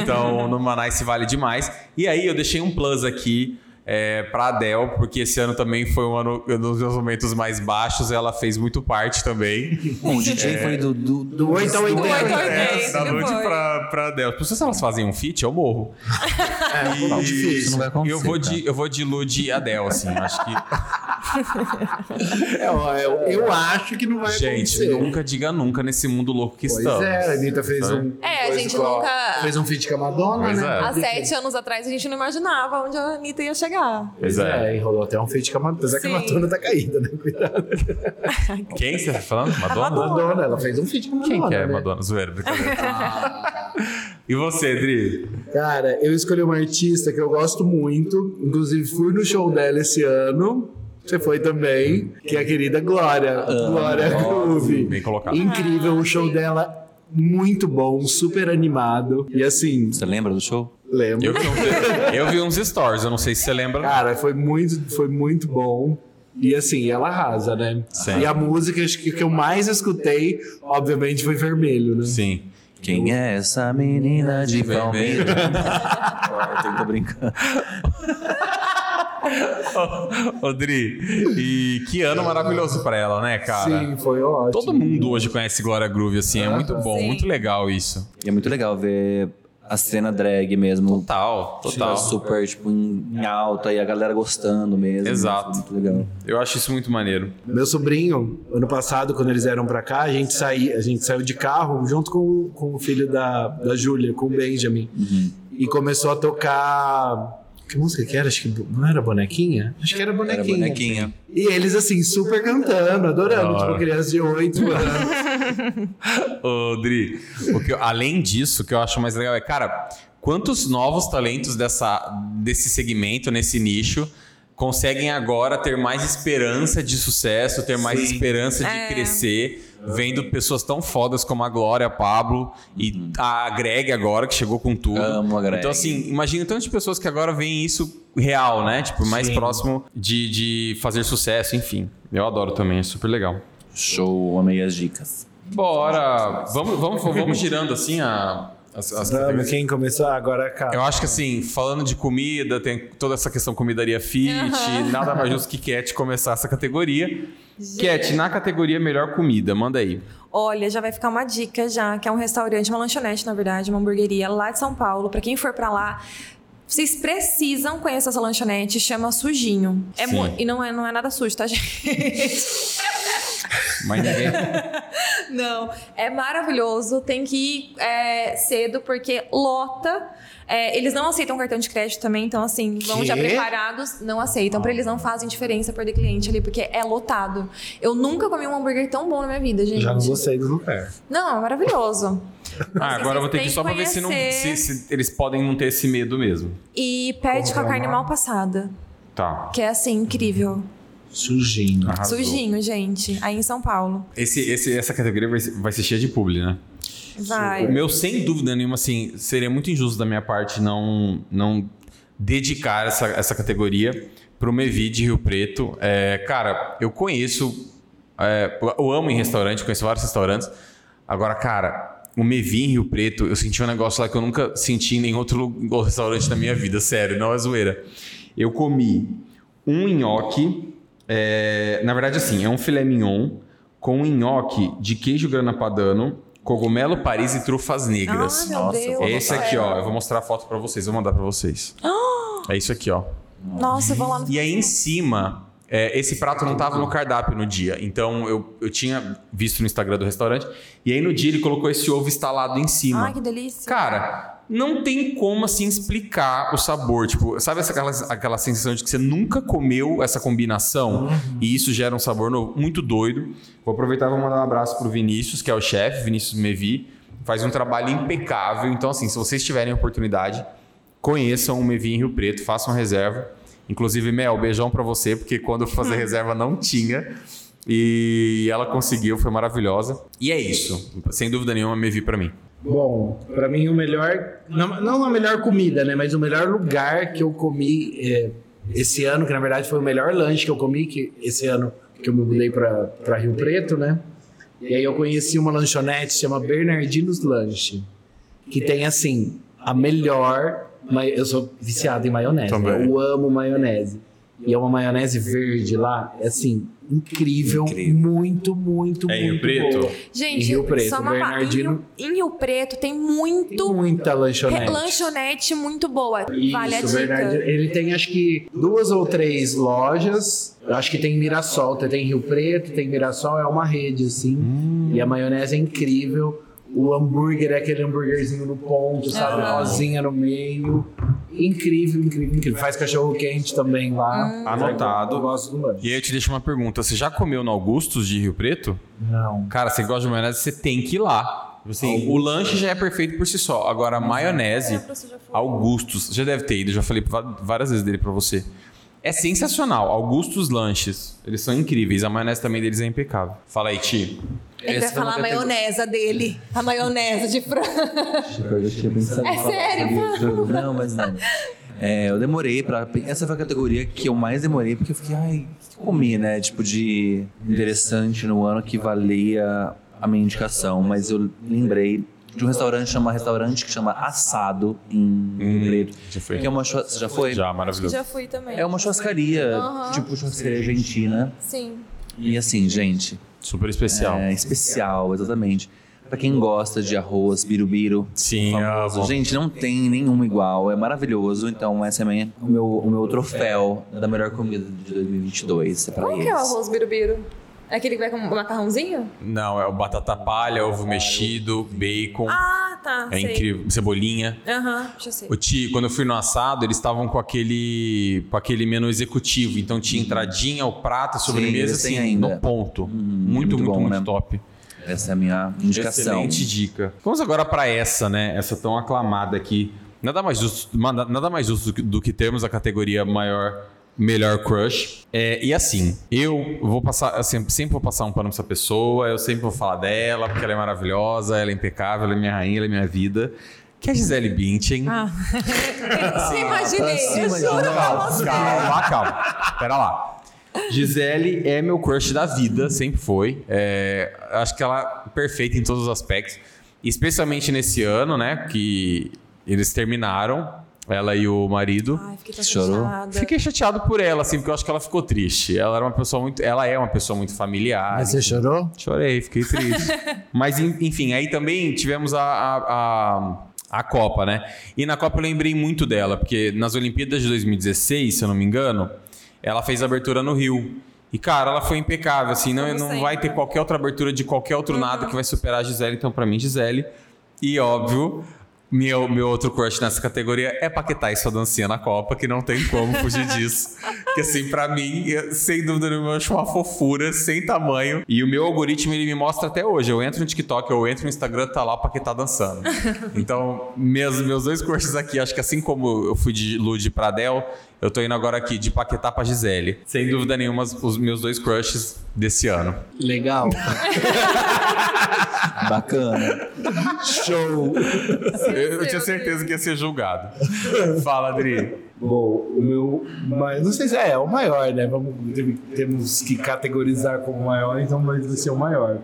A: Então, no Manice vale demais. E aí, eu deixei um plus aqui é, pra Adele, porque esse ano também foi um ano um dos meus momentos mais baixos. Ela fez muito parte também.
D: Bom, o DJ foi do... Do,
E: Do 8 ao
B: oito
E: 80.
B: né? ao oitenta.
A: É, da
B: Ele
A: noite
B: foi.
A: pra, pra Adele. Não sei se elas fazem um feat, eu morro.
E: É,
A: E-
E: um pouco
D: Isso não
E: difícil.
D: vai acontecer,
A: eu, vou
D: tá?
A: de, eu vou de Lu de Adele, assim. Acho que.
E: É, ó, eu, eu acho que não vai
A: Gente,
E: acontecer.
A: nunca diga nunca nesse mundo louco que
E: Pois
A: estamos.
E: é, a Anitta fez
A: Sabe?
E: um.
B: É, a
E: coisa
B: gente
E: com
B: nunca-
E: Fez um feat com a Madonna,
A: Pois
E: né?
A: é.
B: Há sete anos atrás a gente não imaginava onde a Anitta ia chegar.
A: Pois é.
E: É, e rolou até um feat com a Madonna. Apesar que a
B: Sim.
E: Madonna tá caída, né? Cuidado.
A: Quem você tá falando?
E: A
A: Madonna?
E: é. Madonna, ela fez um feat com a Madonna.
A: Quem que é
E: né?
A: Madonna? Zoeira, brincadeira. E você, Dri?
E: Cara, eu escolhi uma artista que eu gosto muito. Inclusive, fui no show dela esse ano. Você foi também, que é a querida
A: Ah,
E: Glória. Glória Groove.
A: Bem colocado.
E: Incrível, o
B: Ah,
E: show dela muito bom, super animado. E assim,
D: Você lembra do show?
A: Eu
E: lembro.
A: vi, uns, eu vi uns stories, eu não sei se você lembra.
E: Cara, foi muito, foi muito bom. E assim, ela arrasa, né?
A: Sim.
E: E a música acho que, que eu mais escutei, obviamente, foi Vermelho, né?
A: Sim.
D: Quem é essa menina de
A: Vermelho.
D: vermelho? eu tô brincando.
A: Ô, Dri, e que ano maravilhoso pra ela, né, cara?
E: Sim, foi ótimo.
A: Todo mundo hoje conhece Glória Groove, assim, é muito bom,
B: Sim.
A: muito legal isso.
D: E é muito legal ver a cena drag mesmo.
A: Total,
D: Tá super, tipo, em, em alta e a galera gostando mesmo.
A: Exato.
D: Isso é Muito legal.
A: Eu acho isso muito maneiro.
E: Meu sobrinho, ano passado, quando eles vieram pra cá, a gente, saí, a gente saiu de carro junto com, o- com o filho da, da Júlia, com o Benjamin.
A: Uhum.
E: E começou a tocar. Que música que era? Acho que bo- não era bonequinha? Acho que era
D: Era
E: bonequinha.
A: é?
D: bonequinha.
E: E eles, assim, super cantando,
A: Da
E: adorando.
A: hora.
E: Tipo, criança de 8 anos.
A: Ô, Dri, o que eu- além disso, o que eu acho mais legal é, cara, quantos novos talentos dessa, desse segmento, nesse nicho, conseguem agora ter mais esperança de sucesso, ter mais
E: Sim.
A: esperança de
B: É.
A: crescer, vendo pessoas tão fodas como a Glória, a Pablo e a Greg agora, que chegou com tudo.
D: Uhum. Amo a Greg.
A: Então, assim, imagina o tanto de pessoas que agora veem isso real, né? Tipo, mais
E: Sim.
A: próximo de, de fazer sucesso, enfim. Eu adoro também, é super legal.
D: Show, amei as dicas.
A: Bora! Vamos, vamos, vamos girando assim a, as, as categorias.
E: quem
A: Ah,
E: começou? Agora cá.
A: Eu acho que assim, falando de comida, tem toda essa questão comidaria fit,
B: Aham.
A: nada mais justo que Cat começar essa categoria. Cat, na categoria melhor comida, manda aí.
B: Olha, já vai ficar uma dica já, que é um restaurante, uma lanchonete, na verdade, uma hamburgueria lá de São Paulo. Pra quem for pra lá, vocês precisam conhecer essa lanchonete, chama Sujinho. É
A: Sim.
B: mu- e não é, não é nada sujo, tá, gente?
A: Mas ninguém. Ah,
B: Não, é maravilhoso. Tem que ir é, cedo, porque lota. É, eles não aceitam cartão de crédito também, então, assim, vão
C: Quê?
B: já preparados, não aceitam. Pra eles não fazem diferença perder cliente ali, porque é lotado. Eu nunca comi um hambúrguer tão bom na minha vida, gente.
E: Já não gostei do lugar.
B: Não, é maravilhoso.
A: Ah,
B: Assim,
A: agora eu
B: vocês
A: vou ter que ir
B: têm
A: só pra ver se, não,
B: conhecer.
A: se- se eles podem não ter esse medo mesmo.
B: E pede com a carne mal passada,
A: Tá.
B: que é, assim, incrível.
E: Sujinho.
A: arrasou.
B: Sujinho, gente. Aí em São Paulo.
A: Esse, esse- essa categoria vai, ser- vai ser cheia de publi, né?
B: Vai.
A: O meu, sem dúvida nenhuma, assim, seria muito injusto da minha parte não, não dedicar essa, essa categoria pro Mevi de Rio Preto. É, cara, eu conheço. é, eu amo em restaurante, conheço vários restaurantes. Agora, cara, o Mevi em Rio Preto, eu senti um negócio lá que eu nunca senti em nenhum outro lu- restaurante da minha vida, sério, não é zoeira. Eu comi um nhoque. é, na verdade, assim, é um filé mignon com um nhoque de queijo grana padano, cogumelo Paris e trufas negras.
B: Ai, Ah, meu
D: Nossa,
B: Deus.
D: eu vou
A: Esse
B: do
A: aqui,
B: céu.
A: ó. Eu vou mostrar a foto pra vocês, vou mandar pra vocês. É isso aqui, ó.
B: Nossa, eu vou Ah! lá no
A: E aí em cima, é, esse prato não tava no cardápio no dia. Então eu, eu tinha visto no Instagram do restaurante. E aí no dia ele colocou esse ovo estalado em cima.
B: Ai, que delícia.
A: Cara, não tem como assim explicar o sabor. Tipo, sabe essa, aquela, aquela sensação de que você nunca comeu essa combinação
E: Uhum.
A: e isso gera um sabor novo? Muito doido. Vou aproveitar e vou mandar um abraço pro Vinícius, que é o chefe, Vinícius Mevi. Faz um trabalho impecável. Então, assim, se vocês tiverem oportunidade, conheçam o Mevi em Rio Preto, façam reserva. Inclusive, Mel, beijão pra você, porque quando eu fui fazer reserva não tinha. E ela conseguiu, foi maravilhosa. E é isso. Sem dúvida nenhuma, Mevi pra mim.
E: Bom, pra mim o melhor. Não, não a melhor comida, né? Mas o melhor lugar que eu comi é, esse ano, que na verdade foi o melhor lanche que eu comi, que esse ano que eu me mudei pra, pra Rio Preto, né? E aí eu conheci uma lanchonete chama Bernardinos Lanche. Que tem assim, a melhor. ma- Eu sou viciado em maionese. né?
A: Também.
E: Eu amo maionese. E é uma maionese verde lá, é assim, incrível,
D: Incrível.
E: muito, muito,
A: É em Rio
E: muito
A: Preto?
E: boa.
B: Gente,
E: Em Rio Preto,
B: só uma pa-
E: Bernardino.
B: Em, Rio, em Rio Preto tem
E: Tem
B: muito
E: muita
B: re-
E: lanchonete.
B: lanchonete muito boa.
E: Isso,
B: vale a
E: verdade.
B: dica.
E: Ele tem acho que duas ou três lojas. Eu Acho que tem em Mirassol, tem tem em Rio Preto, tem em Mirassol, é uma rede assim. E a maionese é incrível. O hambúrguer é aquele hambúrguerzinho no ponto, sabe?
B: Aham.
E: Rosinha no meio. Incrível, incrível, incrível. Faz cachorro quente também lá.
B: Hum.
A: Anotado.
E: Eu gosto do lanche.
A: E aí eu te deixo uma pergunta. Você já comeu no Augustus de Rio Preto?
E: Não.
A: Cara, você gosta de maionese, você tem que ir lá. Assim, o lanche já é perfeito por si só. Agora, a
B: é
A: maionese, Augustus, já deve ter ido, já falei va- várias vezes dele pra você. É sensacional. Augustus Lanches. Eles são incríveis. A maionese também deles é impecável. Fala aí, Ti.
B: Ele vai
A: Essa
B: falar a
A: foi uma categoria-
B: maionesa dele. A maionese de frango.
D: Tipo, Eu tinha pensado
B: É
D: em falar
B: sério?
D: sobre isso. Não, mas não. É, eu demorei pra. Essa foi a categoria que eu mais demorei, porque eu fiquei, ai, o que eu comi, né? Tipo, de interessante no ano que valia a minha indicação. Mas eu lembrei de um restaurante chama restaurante que chama Assado em Rio Preto.
A: já foi.
D: Que é uma chua- Você já foi?
A: Já, maravilhoso.
B: Já fui também.
D: É uma churrascaria,
B: Aham.
D: tipo churrascaria argentina.
B: Sim.
D: E assim, gente,
A: Super especial.
D: é especial, exatamente. Pra quem gosta de arroz, birubiru,
A: Sim,
D: famoso.
A: amo.
D: Gente, não tem nenhum igual. É maravilhoso. Então, esse é minha- o meu, o meu troféu da melhor comida de 2022. É pra
B: Como
D: eles.
B: que é o arroz birubiru? É aquele que vai com macarrãozinho?
A: Não, é o batata palha, ovo mexido, bacon.
B: Ah, tá.
A: é incrível. Cebolinha.
B: Aham, já sei.
A: O Ti, quando eu fui no assado, eles estavam com aquele, com aquele menu executivo. Então tinha entradinha, o prato, sobremesa,
D: Uhum. eles têm
A: assim,
D: ainda. Uhum,
A: no ponto.
D: muito
A: muito, muito,
D: bom,
A: muito
D: né?
A: top.
D: Essa é a minha indicação.
A: Excelente dica. Vamos agora para essa, né? Essa tão aclamada aqui. Nada mais justo, ma- nada mais justo do, que, do que termos a categoria maior, melhor crush. É, e assim, eu vou passar, eu sempre, sempre vou passar um pano pra essa pessoa, eu sempre vou falar dela, porque ela é maravilhosa, ela é impecável, ela é minha rainha, ela é minha vida. Que é a Gisele Bündchen.
B: Ah, eu imaginei,
D: se
B: eu juro pra
D: imaginando.
B: você.
A: Calma, calma. Pera lá. Gisele é meu crush da vida, sempre foi. É, acho que ela é perfeita em todos os aspectos. Especialmente nesse ano, né? Que eles terminaram, ela e o marido.
B: Ai, fiquei tão
D: Chorou?
B: chateada.
A: Fiquei chateado por ela, assim, porque eu acho que ela ficou triste. Ela era uma pessoa muito. Ela é uma pessoa muito familiar.
E: Mas você chorou?
A: Chorei, fiquei triste. Mas, en- enfim, aí também tivemos a, a, a, a Copa, né? E na Copa eu lembrei muito dela, porque nas Olimpíadas de 2016, se eu não me engano, ela fez a abertura no Rio. E, cara, ela foi impecável, assim, não,
B: Como
A: não
B: sempre.
A: vai ter qualquer outra abertura de qualquer outro nada que vai superar a Gisele. Então, pra mim, Gisele. E, óbvio, meu, meu outro crush nessa categoria é Paquetá e sua dancinha na Copa, que não tem como fugir disso. que, assim, pra mim, eu- sem dúvida nenhuma, eu acho uma fofura sem tamanho. E o meu algoritmo, ele me mostra até hoje. Eu entro no TikTok, eu entro no Instagram, tá lá o Paquetá dançando. então, meus, meus dois crushes aqui, acho que assim como eu fui de Lud pra Adele, eu tô indo agora aqui de Paquetá pra Gisele. Sem dúvida nenhuma, os- os meus dois crushes desse ano.
C: Legal.
D: Bacana.
C: Show.
A: Eu, eu tinha certeza que ia ser julgado. Fala, Adri.
E: Bom, o meu. Mas não sei se é, é o maior, né? Vamos, tem- temos que categorizar como maior, então vai ser o maior.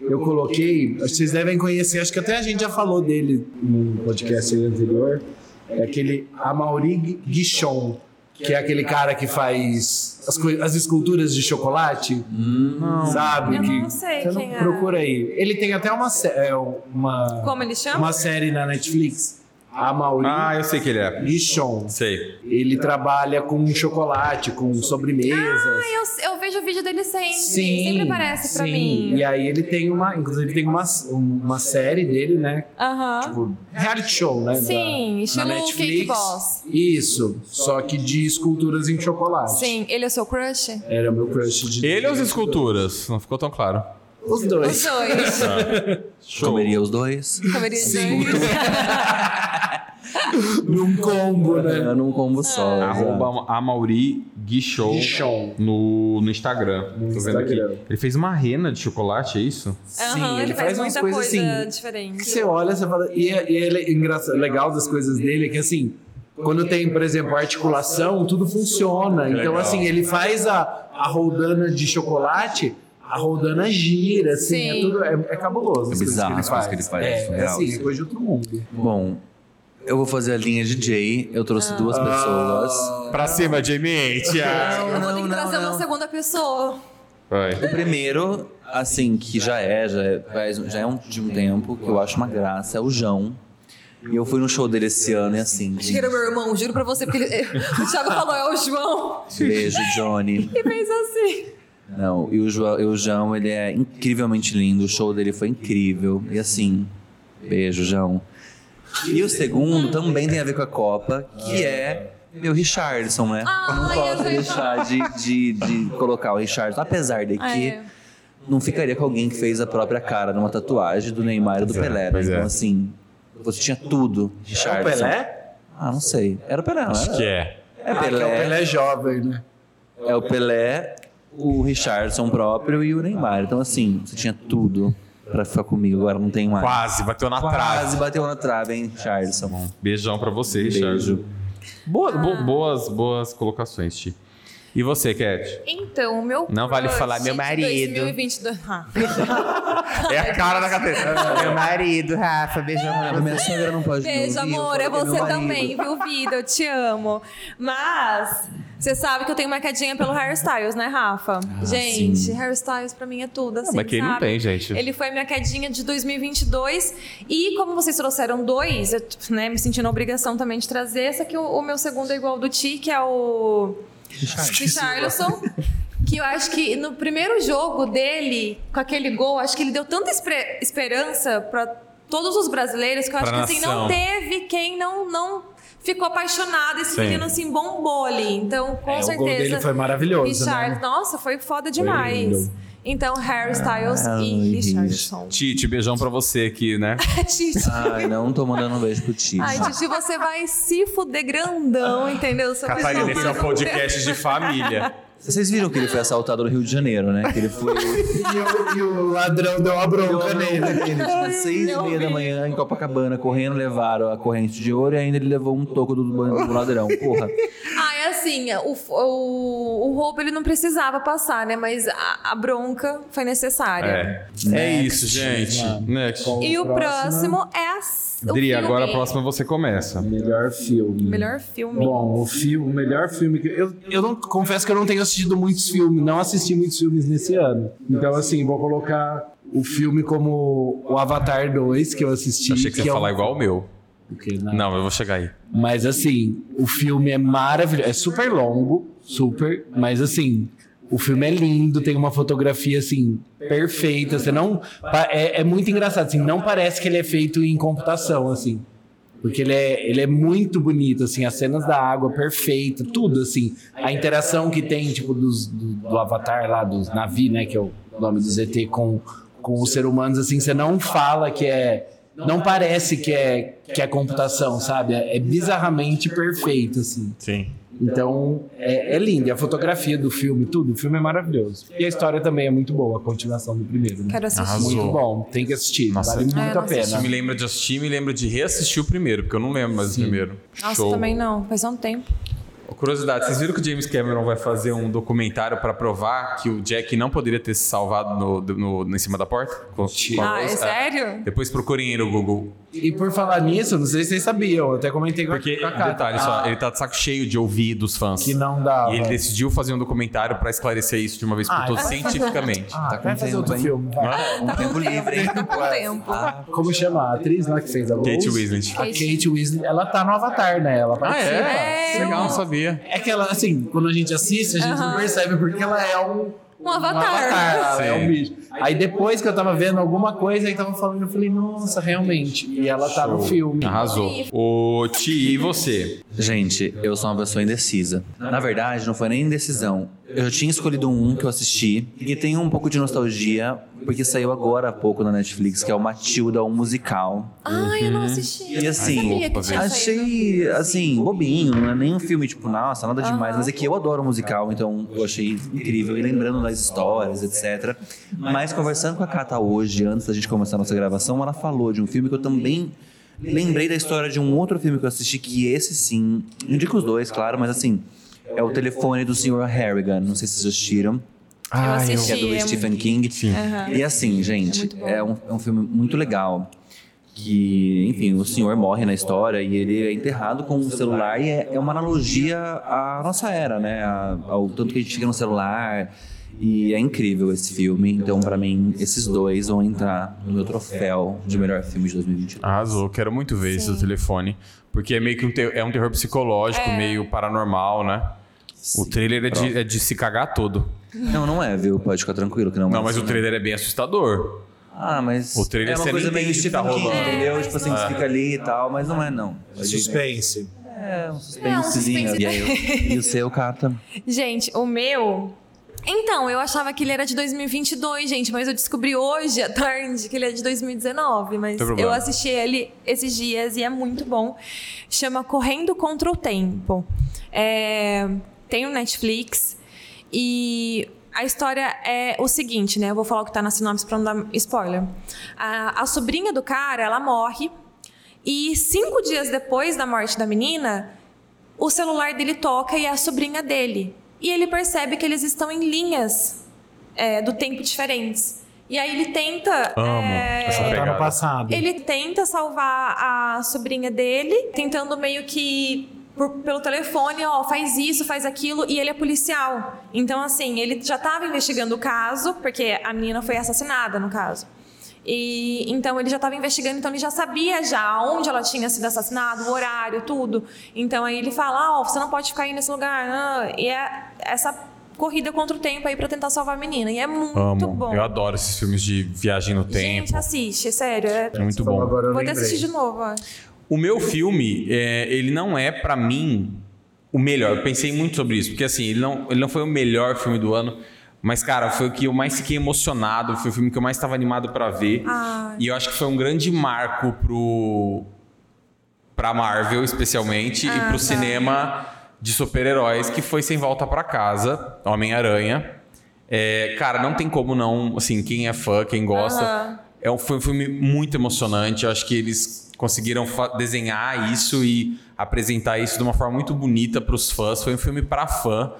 E: Eu coloquei, vocês devem conhecer, acho que até a gente já falou dele no podcast anterior. É aquele Amaury Guichon, que é aquele cara que faz as, coi- as esculturas de chocolate,
A: Hum.
E: sabe?
B: Eu
E: que,
B: não sei
E: você não-
B: quem é.
E: Procura aí. Ele tem até uma, sé- é, uma,
B: Como ele chama?
E: uma série na Netflix. Amaury
A: Ah, eu sei que ele é.
E: Guichon.
A: Sei.
E: Ele trabalha com chocolate, com sobremesas.
B: Ah, eu, eu vejo o vídeo dele sempre.
E: Sim,
B: sempre aparece pra
E: sim.
B: mim.
E: E é aí ele tem uma, inclusive ele tem uma, uma série dele, né?
B: Aham.
E: Tipo, reality show, né? Da-
B: Sim,
E: na
B: estilo Cake
E: Netflix.
B: Boss.
E: Isso, só que de esculturas em chocolate.
B: Sim, ele é o seu crush?
E: Era meu crush de
A: Ele ou as esculturas? Não ficou tão claro.
E: Os
B: Os
E: dois.
B: dois.
D: Comeria os dois.
B: Comeria os
E: Sim.
B: dois.
E: Num combo, né?
D: Num combo
B: Ah.
D: só.
A: Arroba Amauri Guichou
E: Guichon.
A: no, no Instagram.
E: No
A: Tô vendo aqui.
E: Instagram.
A: Ele fez uma rena de chocolate, é isso?
B: Aham, ele, faz, muita coisa,
E: assim. que
B: diferente.
E: você olha, você fala. E, é- e é le- engraçado, legal das coisas dele é que assim, quando tem, por exemplo, articulação, tudo funciona. Então,
A: Legal.
E: assim, ele faz a, a roldana de chocolate, a roldana gira, assim,
B: Sim.
E: é tudo. É, é cabuloso. as
D: É bizarro
E: coisas
D: as coisas que ele faz,
E: É, é
D: surreal,
E: assim, é
D: assim.
E: coisa de outro mundo.
D: Bom, eu vou fazer a linha de Jay. Eu trouxe
B: Ah.
D: duas
A: Ah.
D: pessoas.
A: Pra cima, Jamie! Tia.
B: Eu vou ter que
D: Não,
B: trazer
D: não,
B: uma
D: não.
B: segunda pessoa.
A: Vai.
D: O primeiro, assim, que já é, já é, faz- já é um, de um tempo, que eu acho uma graça, é o João. E eu fui no show dele esse ano e assim.
B: Achei que era meu irmão, juro pra você, porque ele- o Thiago falou, é o João.
D: Beijo, Johnny.
B: E fez assim.
D: Não, e o, João, e o João, ele é incrivelmente lindo. O show dele foi incrível. E assim, beijo, João. E o segundo também tem a ver com a Copa, que é meu Richardson, né?
B: Ai,
D: não posso
B: Ah, eu sei
D: deixar de, de, de colocar o Richardson, apesar de que
B: É.
D: não ficaria com alguém que fez a própria cara numa tatuagem do Neymar e do Pelé. né?
A: pois é.
D: Então, assim, você tinha tudo,
E: É
D: Richardson. Ah, não sei. Era o Pelé, não
A: Acho
D: era?
A: que é.
D: É
E: Pelé.
D: Pelé.
E: o Pelé é jovem, né?
D: É o Pelé, o Richardson próprio e o Neymar. Então, assim, você tinha tudo pra ficar comigo, agora não tem mais.
A: Quase, bateu na
D: Quase
A: trave.
D: bateu na trave, hein, Richardson.
A: Beijão pra você, Richard.
D: Beijo.
A: Boa, bo- boas, boas colocações, Ti. E você, Cat?
B: Então, o meu
A: Não vale
B: crush
A: falar, meu
B: de
A: marido.
B: 2022. Ah.
A: É a cara da cadeira. Meu É marido, Rafa, beijão.
D: Ah, minha sogra não pode
B: Beijo,
D: me ouvir, eu
B: amor. É
D: falei que meu
B: você
D: marido.
B: também, viu, vida? Eu te amo. Mas você sabe que eu tenho uma quedinha pelo hairstyles, né, Rafa?
D: Ah,
B: gente, hairstyles pra mim é tudo, assim,
A: mas quem não
B: sabe?
A: tem, gente?
B: Ele foi minha quedinha de 2022. E como vocês trouxeram dois, eu né, me senti na obrigação também de trazer. Esse aqui, o, o meu segundo é igual ao do Ti, que é o... Richarlison. Que eu acho que no primeiro jogo dele, com aquele gol, acho que ele deu tanta espre- esperança pra todos os brasileiros que eu acho
A: Pra
B: que assim,
A: nação.
B: não teve quem não, não ficou apaixonado. Esse
A: Sim.
B: menino assim bombou ali. Então, com
E: É, o
B: certeza.
E: gol dele foi maravilhoso,
B: Richard,
E: né?
B: nossa, foi foda demais.
E: lindo. Ah,
B: então, Harry Styles
D: Ai,
B: e Richardson.
A: Tite, beijão pra você aqui, né?
B: Titi.
D: Ai, não tô mandando um beijo pro Tite.
B: Ai, Titi, você vai se fuder grandão, entendeu? Seu
A: Catarina, esse é um podcast de família.
D: Vocês viram que ele foi assaltado no Rio de Janeiro, né? Que ele foi
E: E o, e o ladrão deu uma bronca nele.
D: ele, tipo, seis e
B: não
D: meia da
B: vi.
D: manhã em Copacabana, correndo, levaram a corrente de ouro e ainda ele levou um toco do, do ladrão. Porra.
B: Ah, é assim, o, o, o roubo ele não precisava passar, né? Mas a, a bronca foi necessária.
A: É. É isso, gente. Next.
B: E o
E: Próxima.
B: próximo é as, o
A: Dri,
B: filme.
A: agora a próxima você começa.
E: Melhor filme.
B: Melhor filme.
E: Bom, o, filme, o melhor filme que. Eu, eu não, confesso que eu não tenho assistido muitos filmes, não assisti muitos filmes nesse ano. Então, assim, vou colocar o filme como o Avatar 2, que eu assisti.
A: Achei que você
E: é
A: ia
E: um-
A: falar igual o meu.
E: O quê? Não.
A: Não, eu vou chegar aí.
E: Mas, assim, o filme é maravilhoso. É super longo, super. Mas, assim, O filme é lindo, tem uma fotografia assim perfeita. Você não pa- é, é muito engraçado assim, não parece que ele é feito em computação assim. Porque ele é, ele é muito bonito, assim, as cenas da água perfeita, tudo, assim. A interação que tem, tipo, dos, do, do Avatar lá, dos Navi, né, que é o nome do ZT, com, com os seres humanos, assim, você não fala que é... Não parece que é, que é computação, sabe? É bizarramente perfeito, assim.
A: Sim.
E: Então, é, é lindo. E a fotografia do filme, tudo, o filme é maravilhoso. E a história também é muito boa, a continuação do primeiro. Né?
B: Quero assistir.
A: Arrasou.
E: Muito bom, tem que assistir,
A: Nossa,
E: vale
A: é,
E: muito
B: não
E: a
A: Isso
E: pena.
A: me lembra de assistir, me lembra de reassistir o primeiro, porque eu não lembro mais o primeiro.
B: Nossa,
A: Show.
B: também não. Faz um tempo.
A: Curiosidade, vocês viram que o James Cameron vai fazer um documentário pra provar que o Jack não poderia ter se salvado no, no- no- em cima da porta? Com- com a
B: Ah, é
A: lousa?
B: sério?
A: Depois procurem aí no Google.
E: E por falar nisso, não sei se vocês sabiam, eu até comentei com a-
A: Porque,
E: com a Kátia.
A: detalhe só, ele tá de saco cheio de ouvir dos fãs.
E: Ah. que não dá.
A: E ele decidiu fazer um documentário pra esclarecer isso de uma vez por
E: Ah,
A: todas,
E: vai
A: cientificamente.
D: Tá com
E: Ah, vai fazer
D: tempo,
E: outro
D: hein?
E: filme. vai.
D: Um tempo livre, hein?
B: Tá com tempo.
E: Como chama a atriz lá que fez a
A: Kate
E: Rose?
A: Winslet.
E: A Kate Winslet, ela tá no Avatar, né? Ela
A: Ah,
E: participa.
A: é? Legal,
B: um,
A: não sabia.
E: É que ela, assim, quando a gente assiste, a gente não
B: Aham.
E: percebe porque ela é um,
B: Um avatar.
E: ela é
A: Sim.
E: um bicho. Aí depois que eu tava vendo alguma coisa, aí tava falando, eu falei, nossa, realmente. E ela tá no filme.
A: Arrasou. Ô, Ti, e você?
D: Gente, eu sou uma pessoa indecisa. Na verdade, não foi nem indecisão. Eu tinha escolhido um que eu assisti e que tem um pouco de nostalgia, porque saiu agora há pouco na Netflix, que é o Matilda, um musical.
B: Ai, eu não assisti.
D: E assim,
B: eu sabia que tinha saído.
D: Achei, assim, bobinho, não é nem um filme, tipo, nossa, nada demais, mas é que eu adoro musical, então eu achei incrível, e lembrando das histórias, etc. Mas conversando com a Cata hoje, antes da gente começar a nossa gravação, ela falou de um filme que eu também lembrei da história de um outro filme que eu assisti, que esse sim, indico os dois, claro, mas assim, é o telefone do Sr. Harrigan, não sei se vocês assistiram
B: Eu
D: que
B: assisti.
D: é do
B: é
D: Stephen King.
B: Aham.
D: E assim, gente,
B: muito bom.
D: é, um, é um filme muito legal. Que, enfim, o senhor morre na história e ele é enterrado com um celular e é, é uma analogia à nossa era, né? A- ao tanto que a gente fica no celular. E é incrível esse filme. Então, pra mim, esses dois vão entrar no meu troféu de melhor filme de 2022.
A: Arrasou, quero muito ver esse do telefone. Porque é meio que um, te- é um terror psicológico, meio paranormal, né? O trailer é de, é de se cagar todo.
D: Não, não é, viu? Pode ficar tranquilo que não é.
A: Não, mas o trailer é bem assustador.
D: Ah, mas.
A: o trailer
D: é
A: você
D: uma
A: nem
D: coisa meio
A: entende o que
D: Stephen
A: tá
D: King,
A: rolando.
B: É,
D: entendeu? Tipo assim, você fica ali e tal, mas não é, não.
G: Suspense.
D: É, um suspensezinho.
B: É, um suspense.
D: E, aí, eu- e o seu, Cata?
B: Gente, o meu. Então, eu achava que ele era de 2022, gente, mas eu descobri hoje à tarde que ele é de 2019. Mas
A: Tem problema.
B: eu assisti ele esses dias e é muito bom. Chama Correndo Contra o Tempo. É, tem no Netflix e a história é o seguinte, né? Eu vou falar o que tá na sinopse pra não dar spoiler. A, a sobrinha do cara, ela morre e cinco dias depois da morte da menina, o celular dele toca e é a sobrinha dele. E ele percebe que eles estão em linhas é, do tempo diferentes. E aí ele tenta.
A: Amo
B: é,
A: essa
G: Tá
A: Pegada.
G: no passado.
B: ele tenta salvar a sobrinha dele, tentando meio que por- pelo telefone, ó, faz isso, faz aquilo, e ele é policial. Então, assim, ele já estava investigando o caso, porque a menina foi assassinada, no caso. E então ele já estava investigando, então ele já sabia já onde ela tinha sido assassinada, o horário, tudo. Então aí ele fala, ó, você não pode ficar aí nesse lugar. ah, E é essa corrida contra o tempo aí para tentar salvar a menina. E é muito
A: Amo.
B: bom.
A: Eu adoro esses filmes de viagem no tempo.
B: Gente, assiste, sério. é-
A: É muito
G: Então,
A: bom.
G: Agora eu
B: Vou até
G: lembrei.
B: assistir de novo, ó.
A: O meu filme, é, ele não é, pra mim, o melhor. Eu pensei muito sobre isso, porque assim, ele não, ele não foi o melhor filme do ano, mas, cara, foi o que eu mais fiquei emocionado, foi o filme que eu mais estava animado pra ver.
B: Ai.
A: E eu acho que foi um grande marco pro. pra Marvel, especialmente, e pro cinema de super-heróis, que foi Sem Volta pra Casa, Homem-Aranha. É, cara, não tem como não. Assim, quem é fã, quem gosta.
B: Aham.
A: É um, foi um filme muito emocionante. Eu acho que eles conseguiram fa- desenhar isso e apresentar isso de uma forma muito bonita para os fãs. Foi um filme para fã.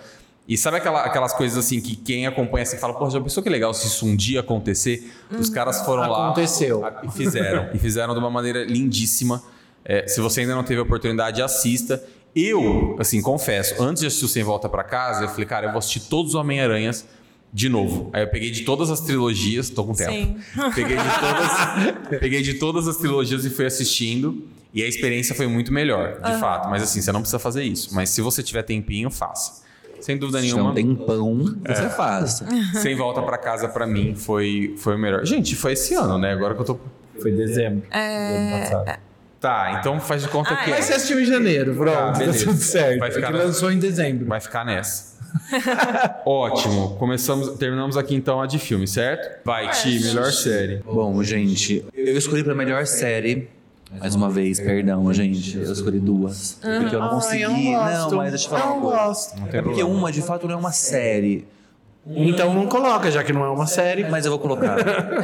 A: E sabe aquela- aquelas coisas assim que quem acompanha assim fala, pô, já pensou que legal se isso um dia acontecer? Os caras foram lá.
E: Aconteceu.
A: a- E fizeram. e fizeram de uma maneira lindíssima. É, se você ainda não teve a oportunidade, assista. Eu, assim, confesso, antes de assistir o Sem Volta para Casa, eu falei, cara, eu vou assistir todos os Homem-Aranhas de novo. Aí eu peguei de todas as trilogias, tô com tempo.
B: Sim.
A: Peguei de todas, peguei de todas as trilogias e fui assistindo. E a experiência foi muito melhor, de fato. Mas assim, você não precisa fazer isso. Mas se você tiver tempinho, faça. Sem dúvida
D: Se tiver um
A: nenhuma.
D: tempão, você faz.
A: Sem volta pra casa pra mim foi, foi o melhor. Gente, foi esse ano, né? Agora que eu tô.
E: Foi dezembro. É...
A: Tá, então faz de conta
B: Ah,
A: que.
B: é.
E: Mas você assistiu em janeiro, pronto.
A: Ah,
E: tá
A: beleza.
E: tudo certo.
A: Vai ficar
E: é que
A: na-
E: lançou em dezembro.
A: Vai ficar nessa. Ótimo. Começamos, terminamos aqui então a de filme, certo? Vai, Ti, melhor série.
D: Bom, gente, eu escolhi pra melhor série. Mais uma vez, perdão, gente. Eu escolhi duas. Porque eu não consegui. não, mas deixa eu falar
E: não
D: uma coisa.
E: gosto.
A: Não tem
D: É porque
A: problema.
D: uma, de fato, não é uma série.
E: Então não coloca, já que não é uma série.
D: Mas eu vou colocar.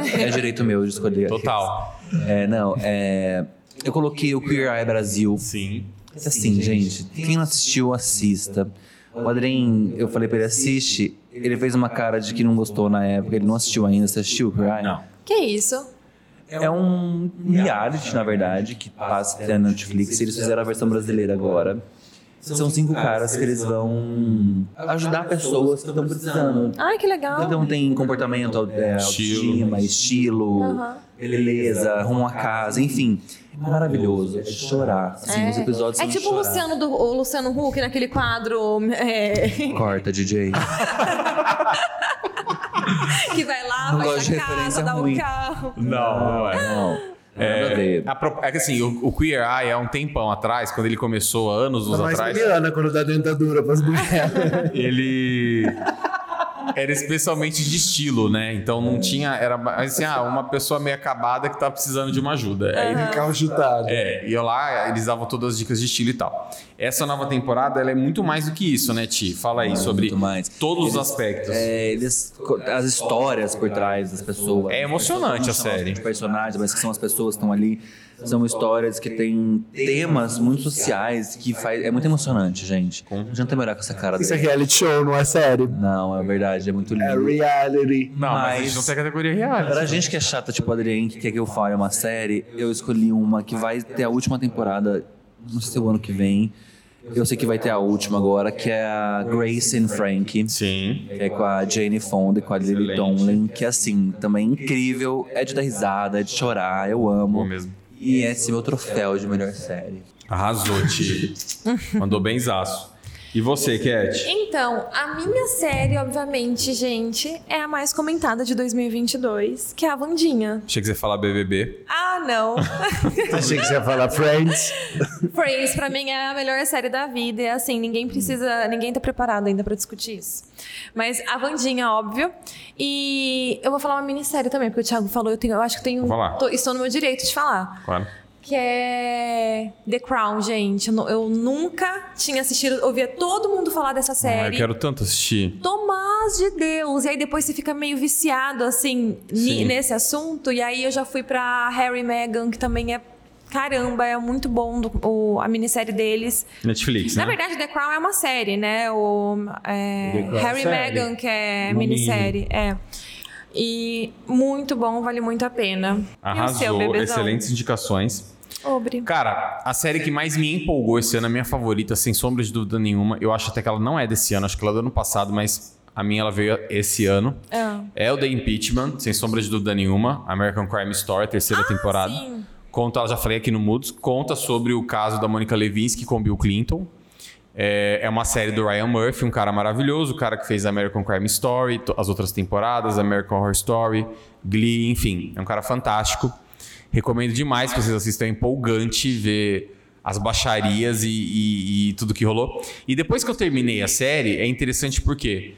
D: É direito meu de escolher.
A: Total.
D: É, não, é. Eu coloquei o Queer Eye Brasil.
A: Sim.
D: Mas Assim, gente, quem não assistiu, assista. O Adrien, eu falei pra ele, assiste. Ele fez uma cara de que não gostou na época. Ele não assistiu ainda. Você assistiu, Queer Eye?
A: Não.
B: Que isso?
D: É um reality, na verdade, que passa na Netflix. Eles fizeram a versão brasileira agora. São cinco caras que eles vão ajudar pessoas que estão precisando.
B: Ai, que legal.
D: Então tem comportamento, é, autoestima, estilo,
B: Aham.
D: beleza, arruma a casa, enfim. É maravilhoso. É de chorar. Assim, os episódios
B: É
D: são de
B: tipo o
D: chorar.
B: Luciano, do, o Luciano Huck naquele quadro é,
D: Corta, DJ.
B: que vai lá,
D: Não
B: faz
D: gosto de
B: a casa,
D: referência
B: dá o
D: ruim.
B: carro.
A: Não, não é.
D: Não. Nada a
A: É,
D: ver.
A: a pro- é que assim, o, o Queer Eye há um tempão atrás, quando ele começou, anos, uns
E: Ainda mais
A: atrás,
E: Mariana, quando dá dentadura pras mulheres.
A: ele era especialmente de estilo, né? Então não tinha. Era mais assim, ah, uma pessoa meio acabada que tá precisando de uma ajuda. Aí
E: Carro chutado.
A: É, e eu lá, eles davam todas as dicas de estilo e tal. Essa nova temporada, ela é muito mais do que isso, né, Ti? Fala aí sobre
D: muito mais.
A: todos os aspectos.
D: É, eles, as histórias por trás das pessoas.
A: É emocionante a
D: Não são
A: série.
D: os personagens, mas que são as pessoas que estão ali. São histórias que têm temas muito sociais que faz. É muito emocionante, gente. Não adianta melhorar com essa cara
E: Isso é
D: dele.
E: reality show, não é série.
D: Não, é verdade, é muito
E: É
D: lindo.
E: reality.
A: Não, mas, a gente
D: mas-
A: não tem categoria real.
D: Pra gente que é chata, tipo o Adrien, que quer que eu fale uma série, eu escolhi uma que vai ter a última temporada, não sei se é o ano que vem. Eu sei que vai ter a última agora, que é a Grace and Frankie.
A: Sim.
D: que é com a Jane Fonda e com a Lily Tomlin, que assim, também é incrível, é de dar risada, é de chorar, eu
A: Bom
D: amo.
A: mesmo.
D: E esse é meu troféu de melhor série.
A: Arrasou, Ti. Mandou benzaço. E você, Cat?
B: Então, a minha série, obviamente, gente, é a mais comentada de 2022, que é a Wandinha.
A: Achei que você ia falar BBB.
B: Ah, não.
E: Achei que você ia falar Friends.
B: Friends, pra mim, é a melhor série da vida. E assim, ninguém precisa. Ninguém tá preparado ainda pra discutir isso. Mas a Vandinha, óbvio. E eu vou falar uma minissérie também, porque o Thiago falou, eu, tenho, eu acho que tenho.
A: Vou falar.
B: tô- estou no meu direito de falar.
A: Claro.
B: Que é The Crown, gente. Eu, nu- eu nunca tinha assistido, ouvia todo mundo falar dessa
A: Ah,
B: série.
A: eu quero tanto assistir.
B: Tomás de Deus. E aí depois você fica meio viciado, assim, ni-
A: Sim.
B: nesse assunto. E aí eu já fui pra Harry e Meghan, que também é. Caramba, é muito bom do- o- a minissérie deles.
A: Netflix,
B: Na
A: né?
B: verdade, The Crown é uma série, né? O é,
E: The Crown
B: Harry e
E: série.
B: Meghan, que é
E: Uma
B: minissérie. É. E muito bom, vale muito a pena. e o seu,
A: Arrasou.
B: bebezão?
A: Excelentes indicações.
B: Obre.
A: Cara, a série que mais me empolgou esse ano, a minha favorita, sem sombra de dúvida nenhuma. Eu acho até que ela não é desse ano, acho que ela é do ano passado, mas a minha ela veio esse ano.
B: Ah.
A: É o The Impeachment, sem sombra de dúvida nenhuma. American Crime Story, terceira temporada.
B: sim.
A: Conta, já falei aqui no Moods, conta sobre o caso da Monica Lewinsky com Bill Clinton. É, é uma série do Ryan Murphy, um cara maravilhoso, o cara que fez American Crime Story, to- as outras temporadas, American Horror Story, Glee, enfim, é um cara fantástico. Recomendo demais que vocês assistam, é empolgante ver as baixarias e, e- e tudo que rolou. E depois que eu terminei a série, é interessante porque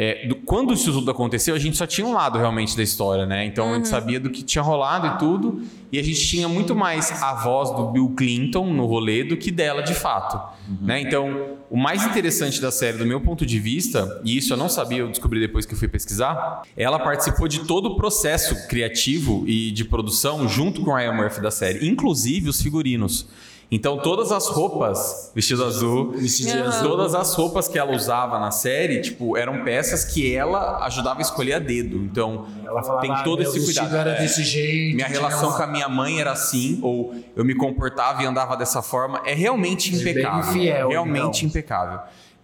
A: é, do- quando isso tudo aconteceu, a gente só tinha um lado realmente da história, né? Então a gente sabia do que tinha rolado e tudo, e a gente tinha muito mais a voz do Bill Clinton no rolê do que dela de fato, né? Então o mais interessante da série, do meu ponto de vista, e isso eu não sabia, eu descobri depois que eu fui pesquisar, ela participou de todo o processo criativo e de produção junto com a Ryan Murphy da série, inclusive os figurinos. Então todas as roupas, vestido azul,
B: de azul.
A: todas as roupas que ela usava na série, tipo, eram peças que ela ajudava a escolher a dedo. Então,
E: Ela falava,
A: tem
E: "Ah,
A: todo
E: meu
A: esse cuidado.
E: vestido era
A: É.
E: desse jeito.
A: Minha
E: tinha
A: relação
E: um-
A: com a minha mãe era assim, ou eu me comportava e andava dessa forma. É realmente
E: Bem
A: impecável.
E: fiel,
A: realmente
E: então.
A: impecável.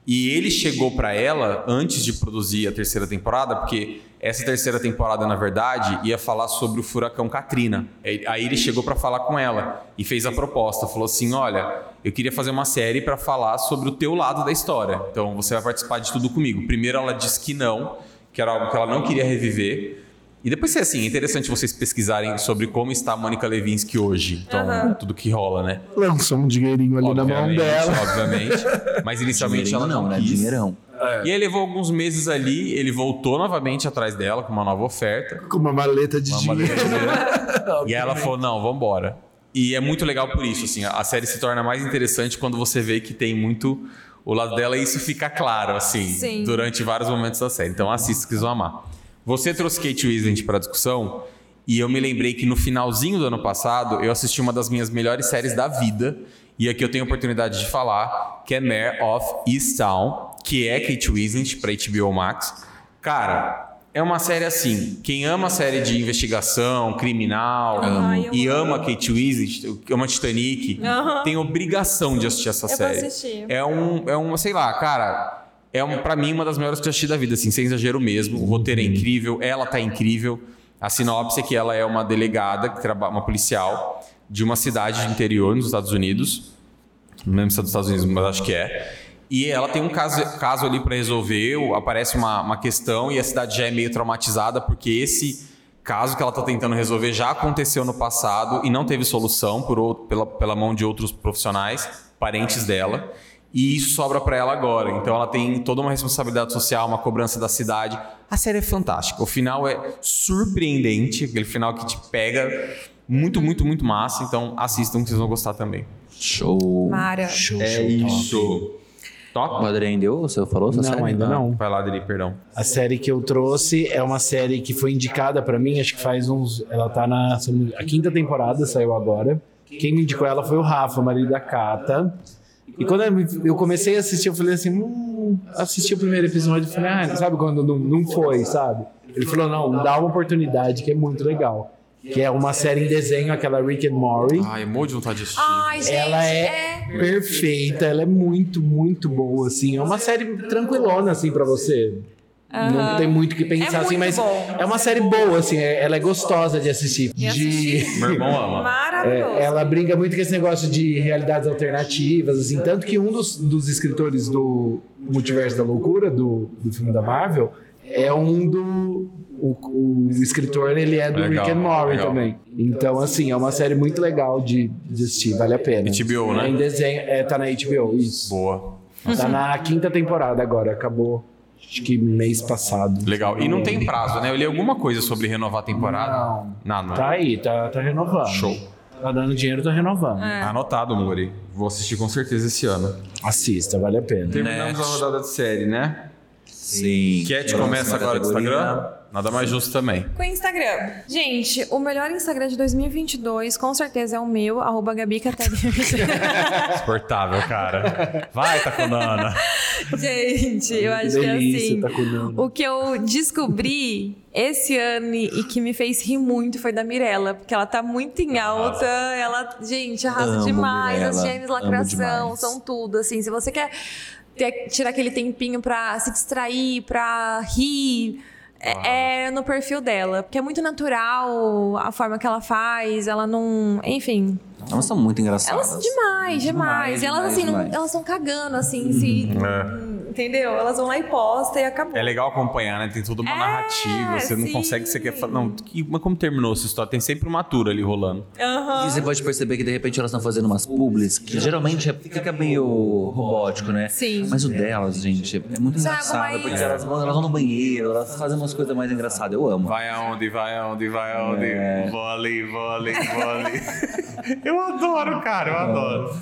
A: E ele chegou pra ela antes de produzir a terceira temporada, porque essa terceira temporada, na verdade, ia falar sobre o furacão Katrina. Aí aí ele chegou pra falar com ela e fez a proposta, falou assim: "Olha, eu queria fazer uma série pra falar sobre o teu lado da história. Então você vai participar de tudo comigo". Primeiro ela disse que não, que era algo que ela não queria reviver. E depois, assim, é interessante vocês pesquisarem sobre como está a Mônica Levinsky hoje. Então,
B: Aham.
A: tudo que rola, né?
H: Lançou um dinheirinho ali na mão
A: Obviamente,
H: dela.
A: Obviamente. Mas inicialmente
D: Dinheirinho
A: ela não,
D: não, né?
A: quis. É.
D: Dinheirão.
A: E aí levou alguns meses ali, ele voltou novamente atrás dela com uma nova oferta.
H: Com uma maleta de
A: uma
H: dinheiro.
A: maleta de dinheiro. e aí ela falou: não, vambora. E é muito legal por isso, assim, a série se torna mais interessante quando você vê que tem muito o lado dela e isso fica claro, assim,
B: Sim.
A: durante vários momentos da série. Então assista que vocês vão amar. Você trouxe Kate Winslet pra discussão e eu me lembrei que no finalzinho do ano passado eu assisti uma das minhas melhores séries da vida e aqui eu tenho a oportunidade de falar, que é Mare of Easttown, que é Kate Winslet pra HBO Max. Cara, é uma série assim, quem ama série de investigação, criminal,
B: Ai, eu
A: e
B: amo.
A: ama Kate Winslet, ama Titanic,
B: Aham.
A: tem obrigação de assistir essa
B: Eu vou
A: série.
B: assistir.
A: É um, é um, sei lá, cara. É um, pra mim uma das melhores que eu assisti da vida, assim, sem exagero mesmo. O roteiro é incrível, ela tá incrível. A sinopse é que ela é uma delegada, que traba- uma policial de uma cidade de interior nos Estados Unidos. Não lembro se é dos Estados Unidos, mas acho que é. E ela tem um caso, caso ali pra resolver, o- aparece uma, uma questão e a cidade já é meio traumatizada porque esse caso que ela tá tentando resolver já aconteceu no passado e não teve solução por, ou- pela, pela mão de outros profissionais, parentes dela. E isso sobra pra ela agora. Então ela tem toda uma responsabilidade social, uma cobrança da cidade. A série é fantástica. O final é surpreendente, aquele final que te pega muito, muito, muito massa. Então assistam que vocês vão gostar também.
D: Show.
B: Mara.
A: É isso.
D: O
A: Top?
D: Adriano ainda você falou? essa
E: Não,
D: série?
E: ainda não.
A: Vai lá, Adri, perdão.
E: A série que eu trouxe é uma série que foi indicada pra mim, acho que faz uns. Ela tá na. A quinta temporada saiu agora. Quem me indicou ela foi o Rafa, marido da Cata. E quando eu me- eu comecei a assistir, eu falei assim: hum, assisti o primeiro episódio e falei, ah, sabe quando não, não foi, sabe? Ele falou: não, dá uma oportunidade, que é muito legal. Que é uma série em desenho, aquela Rick and Morty.
A: Ai, morro de vontade de assistir.
B: Ai, gente,
E: Ela é, perfeita, ela é muito, muito boa, assim. É uma série tranquilona, assim, pra você. Não tem muito o que pensar,
B: É
E: assim,
B: muito
E: mas
B: bom.
E: é uma série boa, assim. é- Ela é gostosa de assistir.
B: De assistir.
A: Meu irmão ama.
B: Maravilhoso.
E: É, ela brinca muito com esse negócio de realidades alternativas, assim. Tanto que um dos, dos escritores do Multiverso da Loucura, do, do filme da Marvel, é um do. O, o escritor, ele é do
A: Legal,
E: Rick and Morty
A: legal.
E: também. Então, assim, é uma série muito legal de, de assistir, vale a pena.
A: HBO, né?
E: É em desenho, é, tá na HBO, isso.
A: Boa.
E: Tá na quinta temporada agora, acabou. Acho que mês passado.
A: Legal. E não tem prazo, né? Eu li alguma coisa sobre renovar a temporada.
E: Não.
A: Nada.
E: Tá aí, tá, tá renovando.
A: Show.
E: Tá dando dinheiro, tá renovando.
A: É. Anotado, Mori. Vou assistir com certeza esse ano.
E: Assista, vale a pena.
A: Terminamos a rodada de série, né?
D: Sim.
A: Cat
D: Próxima
A: é começa agora no
D: categoria.
A: Instagram. Nada mais justo também.
B: Com o Instagram. Gente, o melhor Instagram de 2022, com certeza, é o meu, arroba Gabi Catarina.
A: Exportável, cara. Vai, Takunana.
B: Gente, eu acho que é assim.
E: tá
B: O que eu descobri esse ano e que me fez rir muito foi da Mirella, porque ela tá muito em alta. Ela, gente, arrasa
D: Amo
B: demais. As
D: Mirella,
B: gêmeas
D: amo
B: lacração
D: demais.
B: são tudo, assim. Se você quer ter- tirar aquele tempinho pra se distrair, pra rir. É, é no perfil dela, porque é muito natural a forma que ela faz, ela não. Enfim,
D: Elas são muito engraçadas.
B: elas demais, demais.
D: Demais,
B: E elas,
D: demais,
B: assim, não-
D: demais. Uhum.
B: elas estão cagando, assim, se. Entendeu? Elas vão lá e posta e acabou.
A: É legal acompanhar, né? Tem toda uma
B: É,
A: narrativa. Você não
B: sim.
A: consegue, você quer falar. Não, que- mas como terminou essa história? Tem sempre uma tura ali rolando.
D: É.
B: Aham.
D: E você pode perceber que de repente elas estão fazendo umas publis que geralmente é- fica meio robótico, né?
B: Sim.
D: Mas o delas, gente, é muito
B: Sabe,
D: engraçado.
B: mas-
D: Porque elas vão, elas vão no banheiro, elas fazem umas coisas mais engraçadas. Eu amo.
B: Ah.
A: Vai aonde, vai aonde, vai aonde.
D: É.
A: Vole, vole, vole. eu adoro, cara, eu adoro.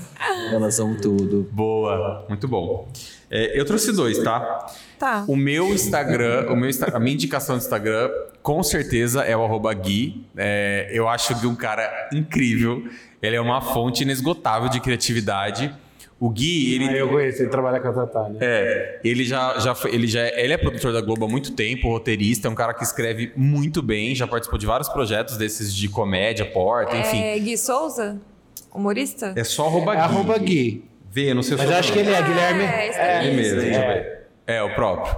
D: Elas são tudo.
A: Boa, muito bom. É, eu trouxe dois, tá?
B: Tá.
A: O meu Instagram, o meu, Insta- a minha indicação do Instagram, com certeza é o arroba Gui. É, eu acho que um cara incrível. Ele é uma fonte inesgotável de criatividade. O Gui, ele.
E: Ah, eu conheço, ele trabalha com a Tatá, né?
A: É, ele já, já, foi- ele já é- ele é produtor da Globo há muito tempo, roteirista, é um cara que escreve muito bem, já participou de vários projetos desses de
C: É.
A: comédia, porta, enfim.
B: É Gui Souza? Humorista?
A: É só arroba
E: É
A: Gui.
E: arroba Gui.
A: Vê, eu não sei o
C: Mas eu
A: sobrenome.
C: acho que ele é, Guilherme.
B: É, isso
C: É.
B: aí.
A: Ele mesmo,
D: Sim.
A: deixa eu ver. É, o próprio.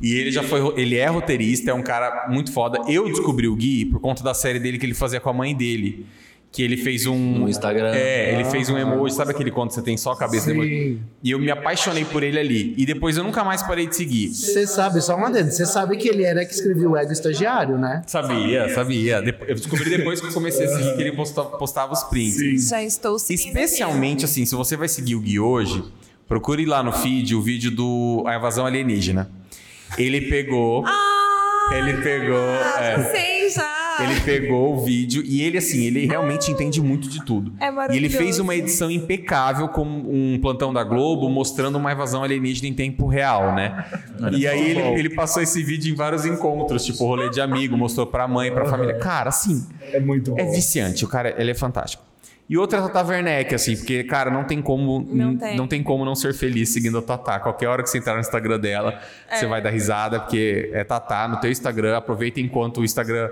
A: E ele já foi. Ele é roteirista, é um cara muito foda. Eu descobri o Gui por conta da série dele que ele fazia com a mãe dele. Que ele fez um.
D: No Instagram.
A: É, ele fez
C: Ah.
A: um emoji, sabe aquele quando você tem só a cabeça do emoji? E eu me apaixonei por ele ali. E depois eu nunca mais parei de seguir.
E: Você sabe, só uma dedo, você sabe que ele era que escreveu o Ego Estagiário, né?
A: Sabia, sabia. Depo- Eu descobri depois que eu comecei a seguir que ele posta- postava os prints.
B: Já estou né, seguindo aqui.
A: Especialmente assim, se você vai seguir o Gui hoje, procure lá no feed o vídeo do A Invasão Alienígena. Ele pegou.
B: Ah,
A: Ele pegou.
B: ah,
A: é.
B: já sei já.
A: Ele pegou o vídeo e ele, assim, ele realmente entende muito de tudo.
B: É
A: E
B: maravilhoso.
A: ele fez uma edição impecável com um plantão da Globo mostrando uma invasão alienígena em tempo real, né? E aí ele, ele passou esse vídeo em vários encontros, tipo rolê de amigo, mostrou pra mãe, pra família. Cara, assim,
F: É muito
A: é viciante. O cara, ele é fantástico. E outra é a Tata Werneck, assim, porque, cara, não tem como
B: Não
A: não tem.
B: tem.
A: como não ser feliz seguindo a Tatá. Qualquer hora que você entrar no Instagram dela, você vai dar risada, porque é Tatá no teu Instagram. Aproveita enquanto o Instagram,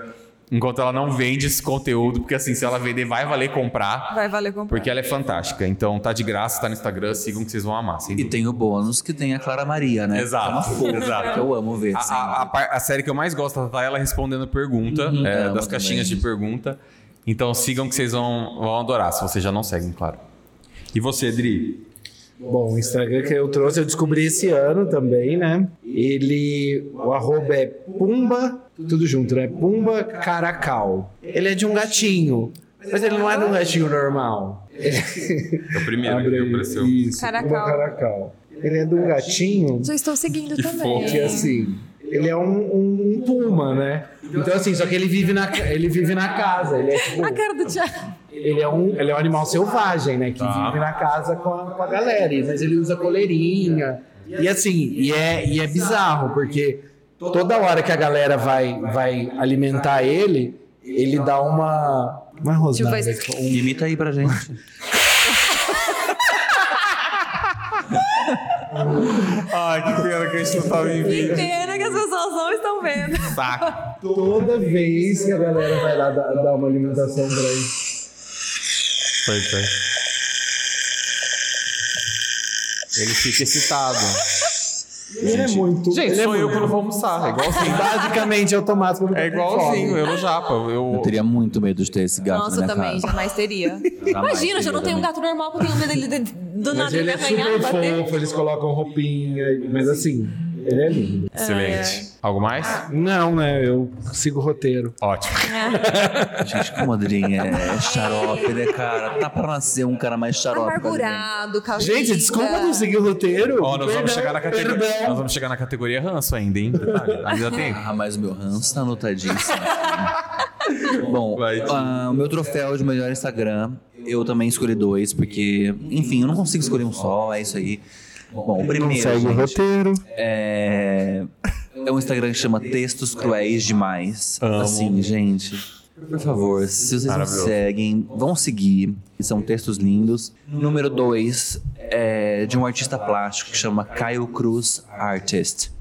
A: enquanto ela não vende esse conteúdo, porque assim, se ela vender, vai valer comprar,
B: Vai valer comprar.
A: porque ela é fantástica. Então tá de graça, tá no Instagram, sigam que vocês vão amar. sem
D: E
A: dúvida.
D: tem o bônus que tem a Clara Maria, né?
A: Exato,
D: É uma fofa,
A: exato.
D: que eu amo ver.
A: A,
D: assim.
A: a- a par- a série que eu mais gosto da Tatá é ela respondendo pergunta,
D: Uhum,
A: é,
D: amo
A: das caixinhas
D: também.
A: de pergunta. Então sigam que vocês vão, vão adorar, se vocês já não seguem, claro. E você, Dri?
E: Bom, o Instagram que eu trouxe, eu descobri esse ano também, né? Ele. O arroba é Pumba, tudo junto, né? Pumba Caracal. Ele é de um gatinho. Mas ele não é de um gatinho normal.
A: É o primeiro
E: Abre aí,
A: é
E: Isso,
B: Caracal.
E: Pumba Caracal. Ele é de um gatinho
B: Já estou seguindo também.
A: fofo.
E: que assim. Ele é um, um- um puma, né? Então, assim, só que ele vive na, ca- ele vive na casa. Ele é tipo.
B: A cara do Thiago.
E: Ele é um, ele é um animal selvagem, né? Que
A: Tá.
E: vive na casa com a, com a galera. e- Mas ele usa coleirinha. E assim, e é, e é bizarro, porque toda hora que a galera vai, vai alimentar ele, ele dá uma. Uma rosnada.
B: Deixa eu ver se-
E: um-
D: Imita aí pra gente.
A: Ai, que pena que a gente não tá me
B: Que pena que as pessoas não estão vendo.
A: Saco.
E: Toda vez que a galera vai lá dar, dar uma alimentação pra ele.
A: Foi, foi. Ele fica excitado.
E: Ele é muito.
A: Gente,
E: ele é
A: sou eu
E: muito-
A: quando vou almoçar. É igualzinho.
E: Basicamente automático. quando
A: É
E: tem fome.
A: igualzinho, eu não japa.
D: Eu
A: Eu...
D: teria muito medo de ter esse gato né,
B: Nossa,
D: na
B: eu
D: minha
B: também,
D: casa.
B: jamais teria.
D: Jamais
B: Imagina, eu já não
D: teria
B: tenho um gato normal que eu tenho medo dele de- do
E: Mas
B: nada ele
E: ele
B: me
E: é
B: arranhar
E: super
B: bater.
E: fofo, eles colocam roupinha. Mas assim, ele é lindo. É.
A: Excelente. Algo mais?
E: Não, né? Eu sigo o roteiro.
A: Ótimo.
D: Gente, como Adrinha é xarope, né, cara? Tá pra nascer um cara mais xarope. que Adrinha.
B: Amargurado, calcinha.
E: Gente, desculpa não seguir o roteiro.
A: Ó, nós vamos
E: Perdão,
A: chegar na categoria. Nós
E: Perdão.
A: vamos chegar na categoria ranço ainda, hein? Detalhe, tá? Ainda tem.
D: Ah, mas o meu ranço tá anotadíssimo. Bom,
A: Vai, Ti.
D: ah, o meu troféu de melhor Instagram, eu também escolhi dois, porque, enfim, eu não consigo escolher um só, é isso aí. Bom, o primeiro.
F: Segue o
D: gente,
F: roteiro.
D: É... é um Instagram que chama Textos Cruéis Demais. Assim, gente. Por favor, se vocês não seguem, vão seguir. São textos lindos. Número dois é de um artista plástico que chama Caio Cruz Artist.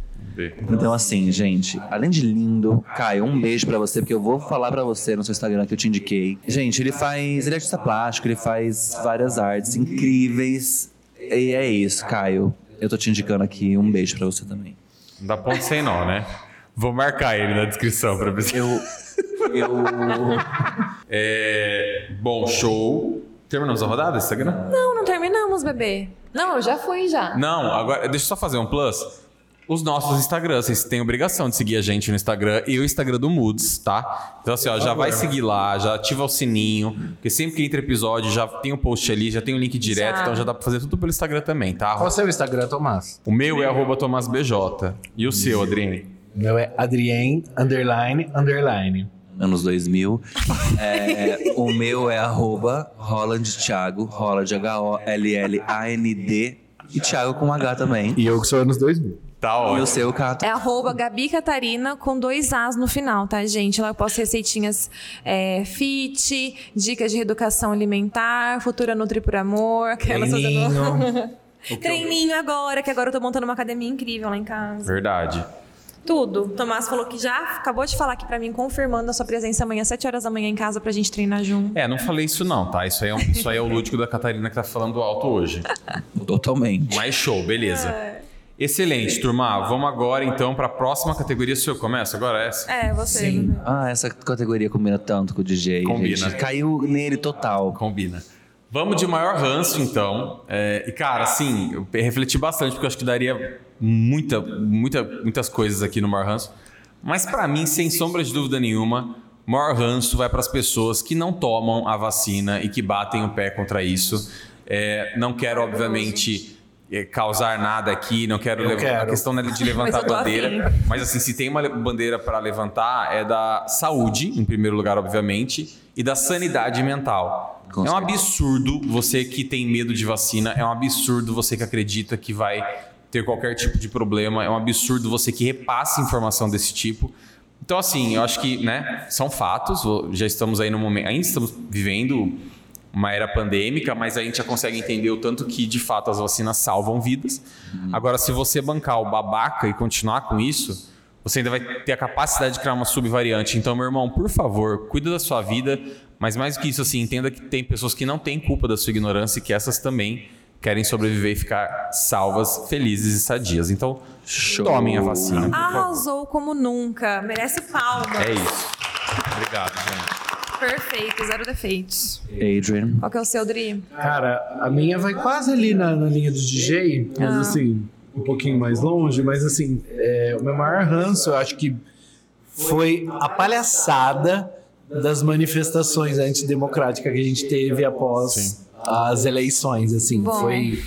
D: Então, assim, gente, além de lindo, Caio, um beijo pra você, porque eu vou falar pra você no seu Instagram que eu te indiquei. Gente, ele faz. Ele é artista plástico, ele faz várias artes incríveis. E é isso, Caio. Eu tô te indicando aqui. Um beijo pra você também.
A: Não dá ponto sem não, né? Vou marcar ele na descrição pra você.
D: Eu. Eu.
A: É... Bom, show. Terminamos a rodada, Instagram?
B: Não, não terminamos, bebê. Não, eu já fui já.
A: Não, agora deixa eu só fazer um plus. Os nossos Instagrams, vocês têm obrigação de seguir a gente no Instagram e o Instagram do Moods, tá? Então assim, ó, já vai seguir lá, já ativa o sininho, porque sempre que entra episódio já tem o post ali, já tem o link direto,
B: Já.
A: então já dá pra fazer tudo pelo Instagram também,
E: Qual é
A: tá?
E: o seu Instagram, Tomás?
A: O meu é arroba tomasbj. E o seu, Adriane?
E: O meu é Adrien, underline, underline.
D: Anos 2000. É, o meu é arroba Roland Thiago. Roland, H-O-L-L-A-N-D. E Thiago com H também.
F: E eu que sou anos 2000.
A: Tá
D: E o
A: ótimo.
D: seu, Cato.
B: É arroba Gabi Catarina com dois As no final, tá, gente? Lá eu posto receitinhas é, fit, dicas de reeducação alimentar, futura Nutri por Amor, aquelas fazendo... Treininho agora, que agora eu tô montando uma academia incrível lá em casa.
A: Verdade.
B: Tudo. Tomás falou que já acabou de falar aqui pra mim, confirmando a sua presença amanhã, às 7 horas da manhã em casa pra gente treinar junto.
A: É, não falei isso não, tá? Isso aí é, um- isso aí é o lúdico da Catarina que tá falando alto hoje.
D: Totalmente.
A: Mais show, beleza.
B: É.
A: Excelente, turma. Vamos agora então pra próxima categoria. Se eu começo agora é essa.
B: É, você. né?
D: Ah, essa categoria combina tanto com o DJ.
A: Combina.
D: gente. Caiu nele total.
A: Combina. Vamos de maior ranço, então. É, e, cara, assim, eu refleti bastante, porque eu acho que daria muita, muita, muitas coisas aqui no maior ranço. Mas, pra mim, sem sombra de dúvida nenhuma, maior ranço vai para as pessoas que não tomam a vacina e que batem o pé contra isso. É, não quero, obviamente, é, causar nada aqui, não quero levantar. A
C: quero.
A: questão não é de levantar
B: Mas
A: a
B: eu tô
A: bandeira. Mas assim, se tem uma le- bandeira para levantar, é da saúde, em primeiro lugar, obviamente, e da sanidade mental.
D: Com
A: é um
D: certeza.
A: absurdo você que tem medo de vacina, é um absurdo você que acredita que vai ter qualquer tipo de problema, é um absurdo você que repassa informação desse tipo. Então, assim, eu acho que, né, são fatos, vou- já estamos aí no momento, ainda estamos vivendo uma era pandêmica, mas a gente já consegue entender o tanto que, de fato, as vacinas salvam vidas. Agora, se você bancar o babaca e continuar com isso, você ainda vai ter a capacidade de criar uma subvariante. Então, meu irmão, por favor, cuida da sua vida, mas mais do que isso, assim, entenda que tem pessoas que não têm culpa da sua ignorância e que essas também querem sobreviver e ficar salvas, felizes e sadias. Então,
D: Show.
A: tomem a vacina. por favor.
B: Arrasou como nunca. Merece palmas.
A: É isso. Obrigado, gente.
B: Perfeito, zero defeitos.
D: Adrian.
B: Qual que é o seu, Dri?
E: Cara, a minha vai quase ali na, na linha do DJ, mas assim, um pouquinho mais longe, mas assim, é, o meu maior ranço, eu acho que
C: Foi a palhaçada
E: das manifestações antidemocráticas que a gente teve após as eleições, assim,
B: Bom.
E: foi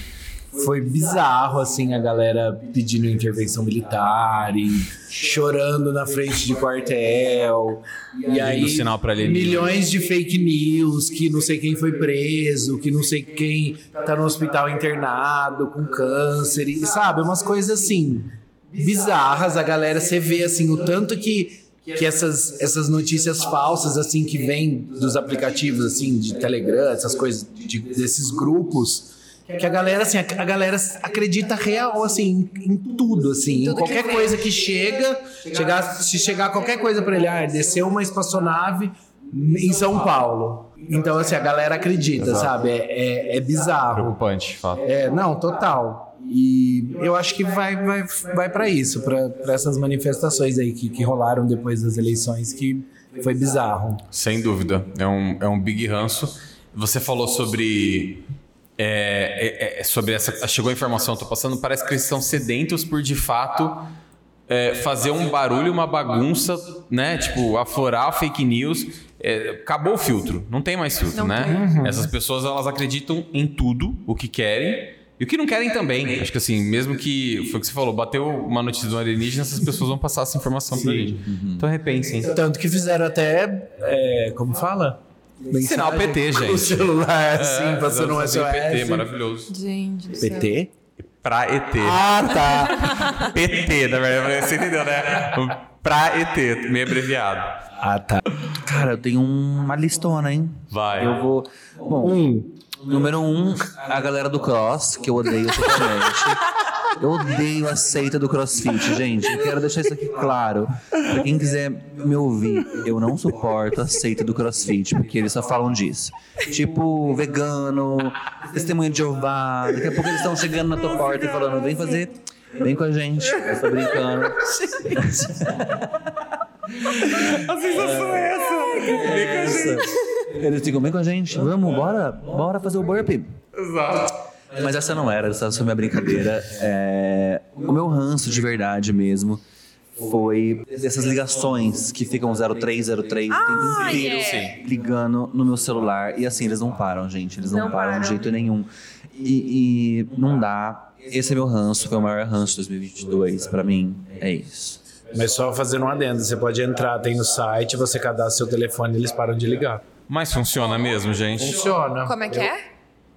E: foi bizarro, assim, a galera pedindo intervenção militar e chorando na frente de quartel. E aí,
A: Dando sinal pra alienígena.
E: milhões de fake news, que não sei quem foi preso, que não sei quem tá no hospital internado com câncer, e, sabe? Umas coisas assim, bizarras. A galera, você vê, assim, o tanto que que essas, essas notícias falsas assim que vêm dos aplicativos assim de Telegram essas coisas de- desses grupos que a galera, assim, a, a galera acredita real, assim, em, em tudo, assim. em
B: tudo que
E: qualquer
B: vem.
E: coisa que chega, chegar, se chegar qualquer coisa pra ele, ah, desceu uma espaçonave em São Paulo. Então, assim, a galera acredita, sabe? É, é, é bizarro.
A: Preocupante, de fato.
E: É, não, total. E eu acho que vai, vai, vai para isso, pra pra essas manifestações aí que, que rolaram depois das eleições, que foi bizarro.
A: Sem dúvida. É um, é um big ranço. Você falou sobre. é, é, é, sobre essa. Chegou a informação, eu tô passando. Parece que eles são sedentos por de fato é, fazer um barulho, uma bagunça, né? Tipo, aflorar fake news. É, acabou o filtro. Não tem mais filtro,
B: Não
A: né? Essas pessoas elas acreditam em tudo o que querem. E o que não querem também. Acho que assim, mesmo que. Foi o que você falou, bateu uma notícia de um alienígena, essas pessoas vão passar essa informação pra gente. Então repensem.
E: Tanto que fizeram até. é, como fala?
A: Sinal PT,
E: com
A: gente.
E: O celular, assim,
A: É,
E: passando um
A: eu
E: SOS.
A: usei PT, maravilhoso.
B: Gente do céu.
E: PT?
A: Pra ET.
E: Ah, tá.
A: PT, na verdade. Você entendeu, né? O Pra ET, meio abreviado.
E: ah, tá.
D: Cara, eu tenho uma listona, hein?
A: Vai.
D: Eu vou. Bom,
E: Um.
D: número um, a galera do cross, que eu odeio totalmente. Eu odeio a seita do crossfit, gente. Eu quero deixar isso aqui claro. Pra quem quiser me ouvir, eu não suporto a seita do crossfit, porque eles só falam disso. Tipo, vegano, testemunha de Jeová. Daqui a pouco eles estão chegando na tua porta e falando: vem fazer, vem com a gente. Eu tô brincando. Essa. Eles ficam bem com a gente. Vamos, bora, bora fazer o burpee. Exato. Mas essa não era, essa foi minha brincadeira. É, o meu ranço de verdade mesmo foi dessas ligações que ficam 0303 o
B: Ah,
D: tempo inteiro
B: é.
D: ligando no meu celular. E assim, eles não param, gente. Eles não,
B: Não
D: param,
B: param.
D: de jeito nenhum. E, e não dá. Esse é meu ranço, foi o maior ranço de 2022 pra mim. É isso.
E: Mas só fazendo um adendo, você pode entrar, tem o site, você cadastra seu telefone e eles param de ligar.
A: Mas funciona mesmo, gente?
E: Funciona.
B: Como é que é?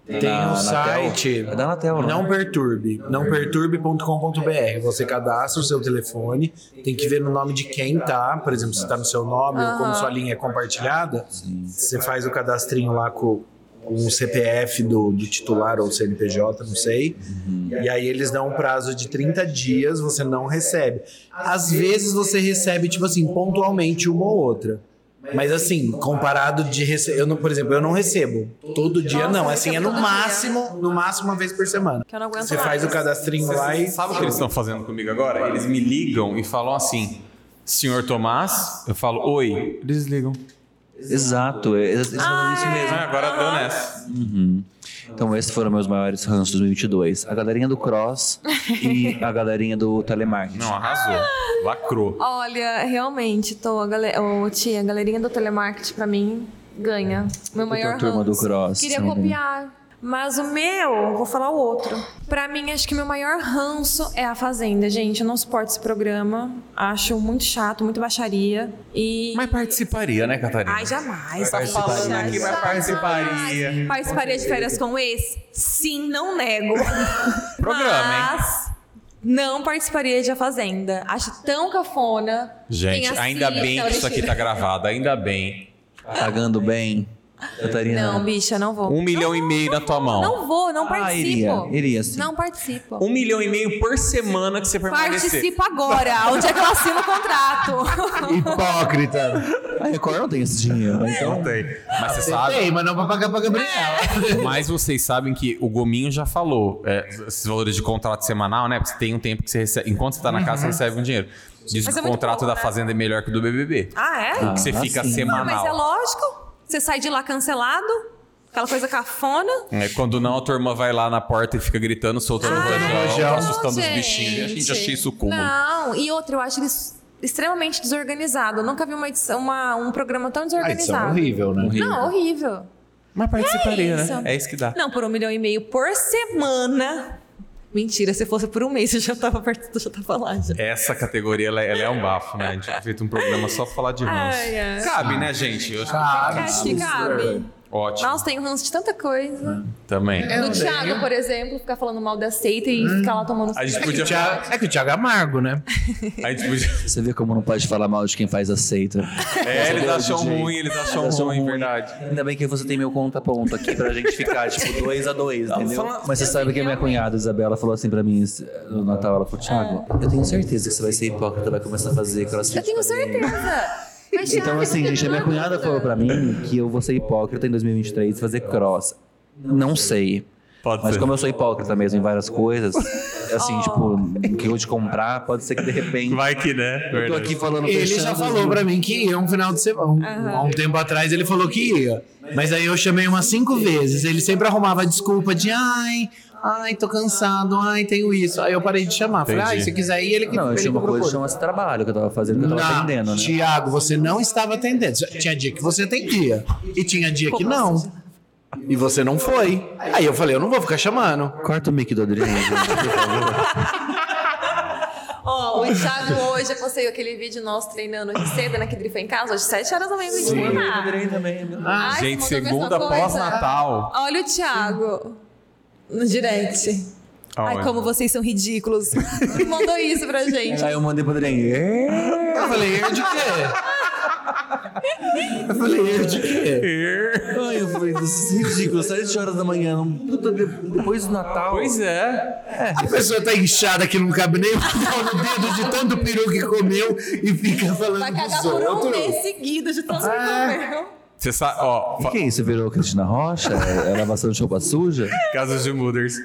E: Tem
D: Na-
E: um
D: na
E: site.
D: Tel? É da Anatel, né?
E: Não perturbe. Não perturbe.com.br. Você cadastra o seu telefone, tem que ver no nome de quem tá. Por exemplo, se tá no seu nome ou como sua linha é compartilhada, você faz o cadastrinho lá com, com o CPF do, do titular ou CNPJ, não sei. E aí eles dão um prazo de 30 dias, você não recebe. Às vezes você recebe, tipo assim, pontualmente uma ou outra. Mas assim, comparado de rece- eu não, por exemplo, eu não recebo todo dia não,
B: Nossa,
E: assim
B: isso
E: é
B: é
E: no
B: muito
E: máximo, no máximo uma vez por semana.
B: Que eu não aguento
E: Você
B: mais.
E: faz o cadastrinho lá e
A: Sabe o que eles estão fazendo comigo agora? Eles me ligam e falam assim: Senhor Tomás, eu falo, oi. Eles ligam.
D: Exato, é- eles eles fazem isso mesmo.
A: Ah, agora deu nessa.
D: Então esses foram meus maiores ranços de 2022. A galerinha do cross e a galerinha do telemarketing.
A: Não, arrasou. Lacrou.
B: Olha, realmente, tô, a gale... ô, tia, a galerinha do telemarketing pra mim ganha. Meu maior
D: É, turma do
B: ranço.
D: Cross,
B: Queria
D: né?
B: copiar. Mas o meu, vou falar o outro. Pra mim, acho que meu maior ranço é a Fazenda, gente. Eu não suporto esse programa. Acho muito chato, muito baixaria. E.
A: Mas participaria, né, Catarina?
B: Ai, jamais.
A: Tá falando aqui, mas participaria.
B: Participaria de férias com ex? Sim, não nego.
A: Programa, hein?
B: Mas não participaria de A Fazenda. Acho tão cafona. Quem
A: Gente,
B: assiste,
A: ainda bem
B: ela
A: que isso aqui tá gravado, ainda bem.
D: Pagando bem. Catarina.
B: Não, bicha, não vou.
A: Um milhão e meio na tua mão.
B: Não vou, não
D: Ah,
B: participo.
D: iria, iria sim.
B: Não participo.
A: Um milhão e meio por semana que você permanecer.
B: Participo agora, onde é que eu assino o contrato?
F: Hipócrita.
D: A Record não tem esse dinheiro, então.
A: tem. Mas você sabe,
C: Tem, mas não pra pagar pra Gabriela.
B: É.
A: Mas vocês sabem que o Gominho já falou é, esses valores de contrato semanal, né? Porque tem um tempo que você recebe. Enquanto você tá na casa, você recebe um dinheiro. Diz
B: Uhum. Mas
A: que
B: é
A: o
B: muito
A: contrato
B: pouco,
A: da
B: né?
A: Fazenda é melhor que o do BBB.
B: ah, é?
A: que você
D: Ah,
A: fica
D: sim.
B: Ah, mas é
A: semanal.
B: lógico. Você sai de lá cancelado, aquela coisa cafona.
A: É, quando não, a tua irmã vai lá na porta e fica gritando, soltando
B: Ah,
A: rojão,
B: não,
A: assustando os
B: gente.
A: bichinhos. A gente achei isso cúmulo.
B: Não, e outra, eu acho eles extremamente desorganizado. Eu nunca vi uma edição, uma- um programa tão
C: Ah, isso
B: desorganizado.
C: é horrível,
D: Então,
C: né?
B: Não, horrível.
A: Mas
B: É
A: participaria,
B: isso.
A: né? É isso que dá.
B: Não, por um milhão e meio por semana. Mentira, se fosse por um mês, eu já tava perto, já tava lá já.
A: Essa categoria, ela, ela é um bafo, né? A gente tinha feito um programa só pra falar de ranço.
B: Ai, ai.
A: Cabe, né, gente? Eu acho que
B: Acho que cabe.
A: Ótimo.
B: Nossa, tem ranço de tanta coisa.
A: Também.
B: Do Thiago, por exemplo, ficar falando mal da seita e ficar lá tomando...
A: Hum. A gente
C: É que, o
A: podia...
C: Thiago, é que o Thiago é amargo, né?
A: A gente podia...
D: Você vê como não pode falar mal de quem faz aceita.
A: É, eles
D: Entendeu,
A: acham
D: DJ?
A: ruim, eles acham
D: Eles acham
A: ruim,
D: ruim.
A: verdade.
D: Ainda bem que você tem meu conta ponto aqui pra gente ficar, tipo, dois a dois, entendeu?
A: falando-
D: Mas você sabe que a minha cunhada, Isabela, falou assim pra mim esse- no Natal, ela falou, Thiago, eu tenho certeza que você vai ser hipócrita, vai começar a fazer crossfit.
B: Eu tenho certeza. Mas,
D: Então,
B: Thiago,
D: assim,
B: você
D: gente, a minha
B: tem
D: cunhada
B: dúvida?
D: falou pra mim que eu vou ser hipócrita em 2023 e fazer cross. Não sei.
A: Pode
D: Mas
A: ser.
D: como eu sou hipócrita mesmo em várias coisas, assim, tipo, o que eu vou te comprar, pode ser que de repente.
A: Vai que, né?
D: Eu tô
A: Verdade.
D: aqui falando
C: Ele
D: fechando
C: já
D: os
C: falou pra mim que ia um final de semana. Um- Há um tempo atrás ele falou que ia. Mas aí eu chamei umas cinco vezes. Ele sempre arrumava desculpa de ai, ai, tô cansado, ai, tenho isso. Aí eu parei de chamar. Falei,
A: Entendi.
C: ai, se quiser ir, ele que
D: Não, eu
C: ele
D: tinha uma
C: que
D: coisa
C: procura.
D: chama-se trabalho que eu tava fazendo, que eu tava
C: Não,
D: aprendendo, né?
C: Tiago, você não estava atendendo. Tinha dia que você atendia. E tinha dia que não. E você não foi. Aí eu falei, eu não vou ficar chamando.
D: Corta o mic do Adriano, gente.
B: Ó, o Thiago hoje, eu postei aquele vídeo nosso treinando hoje cedo, né? Que ele foi em casa, hoje 7 horas da manhã. eu vim lá.
D: também, meu
B: Ai, você
A: Gente,
B: mandou a mesma
A: segunda
B: coisa?
A: pós-Natal.
B: Olha o Thiago no direct. Ai,
A: Aonde?
B: como vocês são ridículos. Ele Mandou isso pra gente.
D: Aí eu mandei pro Adriano. "É?"
C: Eu falei, eu de quê? Eu falei, eu de quê?
D: Ai, eu falei, isso é ridículo, 7 horas da manhã. não- puta, de- Depois do Natal.
A: Pois é.
C: A pessoa tá inchada que não cabe nem o pau no dedo de tanto peru que comeu e fica
B: Vai
C: falando
B: cagar
C: dos
B: por um
C: outros.
B: mês seguido de tanto ah.
A: Você sabe, ó,
D: O
A: fa-
D: que é isso? Virou Cristina Rocha? É lavação de roupa suja?
A: Casas de Muders.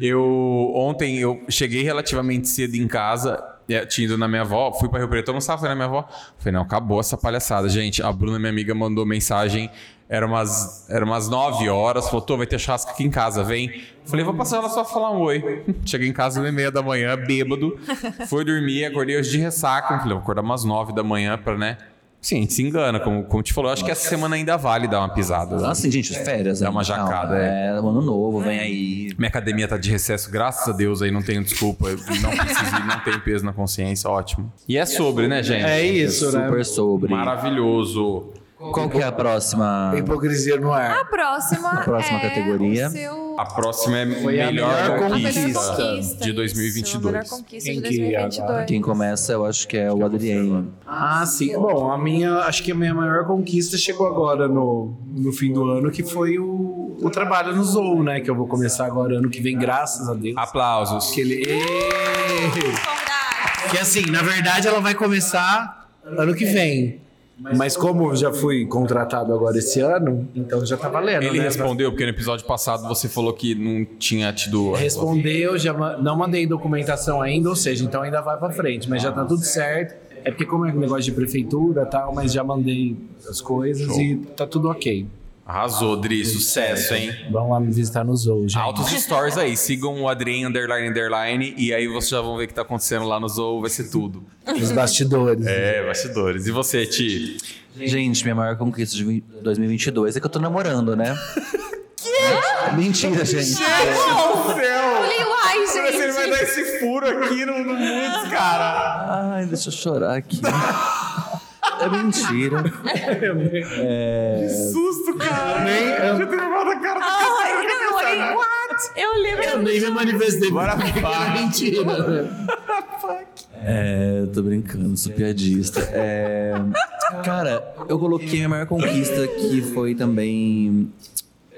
A: Eu ontem eu cheguei relativamente cedo em casa. é, Tinha ido na minha avó, fui pra Rio Preto almoçar, fui na minha avó. Falei, não, acabou essa palhaçada. Gente, a Bruna, minha amiga, mandou mensagem. Era umas, era umas 9 horas. Falou, tô, vai ter churrasco aqui em casa, vem. Falei, vou passar lá só falar um oi. Cheguei em casa uma e meia da manhã, bêbado. Fui dormir, acordei hoje de ressaca. Falei, vou acordar umas 9 da manhã pra, né? Sim, a gente se engana, como, como te falou. Eu acho que essa semana ainda vale dar uma pisada. né?
D: Assim, gente, férias.
A: É
D: né?
A: uma jacada,
D: Calma, É, ano novo, vem aí.
A: Minha academia tá de recesso, graças a Deus, aí não tenho desculpa, eu não preciso ir, não tenho peso na consciência, ótimo. E é sobre, né, gente?
C: É isso, né?
D: Super sobre.
A: Maravilhoso.
D: Qual que é a próxima?
C: Hipocrisia no
B: A
C: ar.
B: próxima,
D: A próxima
B: é
D: categoria.
B: O seu...
A: A próxima é
C: Foi a
A: melhor,
C: melhor
B: a
A: conquista,
B: melhor
A: de
B: isso, a melhor
A: 2022.
B: conquista de
C: Quem que agora?
B: 2022.
D: Quem começa, eu acho que é o Adriano.
C: Ah, sim.
E: Bom, a minha, acho que a minha maior conquista chegou agora no, no fim do ano, que foi o,
C: o trabalho no Zou, né? Que eu vou começar agora ano que vem, graças a Deus.
A: Aplausos.
C: Que ele- Ê! é Que assim, na verdade, ela vai começar ano que vem. Mas como eu já fui contratado agora esse ano, então já tá valendo.
A: Ele
C: né?
A: respondeu, porque no episódio passado você falou que não tinha tido.
C: Respondeu, já ma- não mandei documentação ainda, ou seja, então ainda vai pra frente, mas já tá tudo certo. É porque como é um negócio de prefeitura e tal, mas já mandei as coisas e tá tudo ok.
A: Arrasou, Dri. Sucesso, hein?
C: Vão lá me visitar nos Zou, gente.
A: Altos stories aí, sigam o Adrien underline underline e aí vocês já vão ver o que tá acontecendo lá no Zou, vai ser tudo.
C: Os bastidores.
A: É, bastidores. E você, Ti?
D: Gente, minha maior conquista de vi- 2022 é que eu tô namorando, né? que? Mentira, gente.
B: Uai, gente.
A: dar esse furo aqui no, no Muitos, cara.
D: Ai, deixa eu chorar aqui. É mentira.
A: Susto, cara. Já teve mal da cara
B: Ai, não, olhei. What? Eu lembro.
C: nem me manifestei. Mentira.
D: É, tô brincando, sou piadista. É, cara, eu coloquei minha maior conquista que foi também.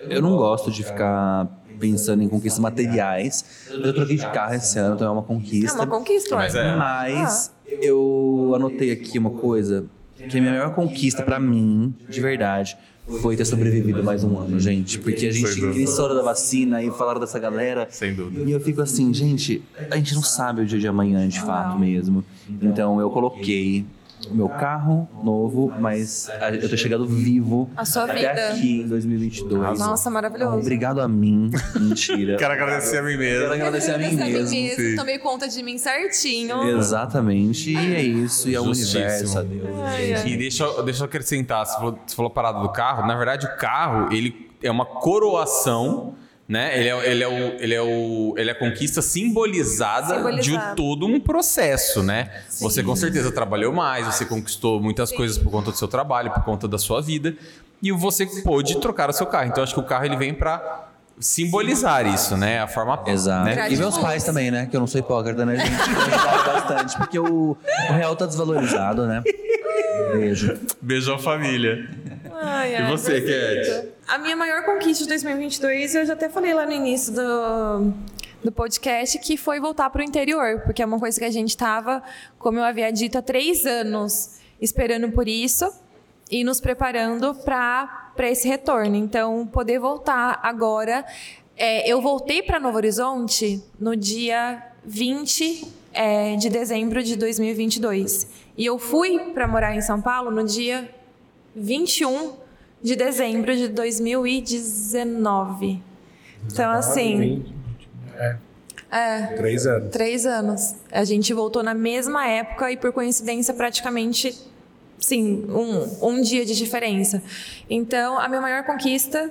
D: Eu não gosto de ficar pensando em conquistas materiais. mas Eu troquei de carro esse ano, então é
B: É
D: uma
B: uma
D: conquista.
B: conquista, uai.
A: Mas é.
D: Mas
B: Ah.
D: eu anotei aqui uma coisa que a minha maior conquista pra mim, de verdade, foi ter sobrevivido mais um ano, gente. Porque a gente eles falaram da vacina e falaram dessa galera.
A: Sem dúvida.
D: E eu fico assim, gente, a gente não sabe o dia de amanhã de fato mesmo. Então eu coloquei o meu carro novo, mas a- eu tô chegando vivo
B: A sua
D: até
B: vida.
D: aqui em 2022.
B: Nossa, maravilhoso.
D: Obrigado a mim. Mentira.
A: Quero agradecer a mim
D: Quero
A: mesmo.
D: agradecer a mim mesmo.
A: sim.
B: Tomei conta de mim certinho.
D: Exatamente, e é isso, e é o
A: Justíssimo.
D: universo, a Deus.
B: Ai, ai.
A: E deixa, eu- deixa eu acrescentar, você falou, você falou a parada do carro. Na verdade, o carro, ele é uma coroação, né? Ele é, ele é, o, ele é, o, ele é a conquista simbolizada, de
B: Simbolizada.
A: um- todo um processo, né? Você com certeza trabalhou mais, você conquistou muitas coisas por conta do seu trabalho, por conta da sua vida. E você pôde trocar o seu carro. Então, acho que o carro ele vem pra simbolizar isso, né? A forma...
D: Exato.
A: Né?
D: E meus pais também, né? Que eu não sou hipócrita, né, gente? Me ajudaram bastante, porque o, o real tá desvalorizado, né? Beijo.
A: Beijão, família.
B: Ai,
A: E
B: ai,
A: você,
B: perfeito. A minha maior conquista de 2022, eu já até falei lá no início do, do podcast, que foi voltar para o interior, porque é uma coisa que a gente estava, como eu havia dito, há três anos esperando por isso e nos preparando para esse retorno. Então, poder voltar agora. é, eu voltei para Novo Horizonte no dia 20 é, de dezembro de 2022. E eu fui para morar em São Paulo no dia 21 de dezembro de 2019. Então, assim, é,
E: Três anos.
B: três anos. A gente voltou na mesma época e, por coincidência, praticamente, sim, um, um dia de diferença. Então, a minha maior conquista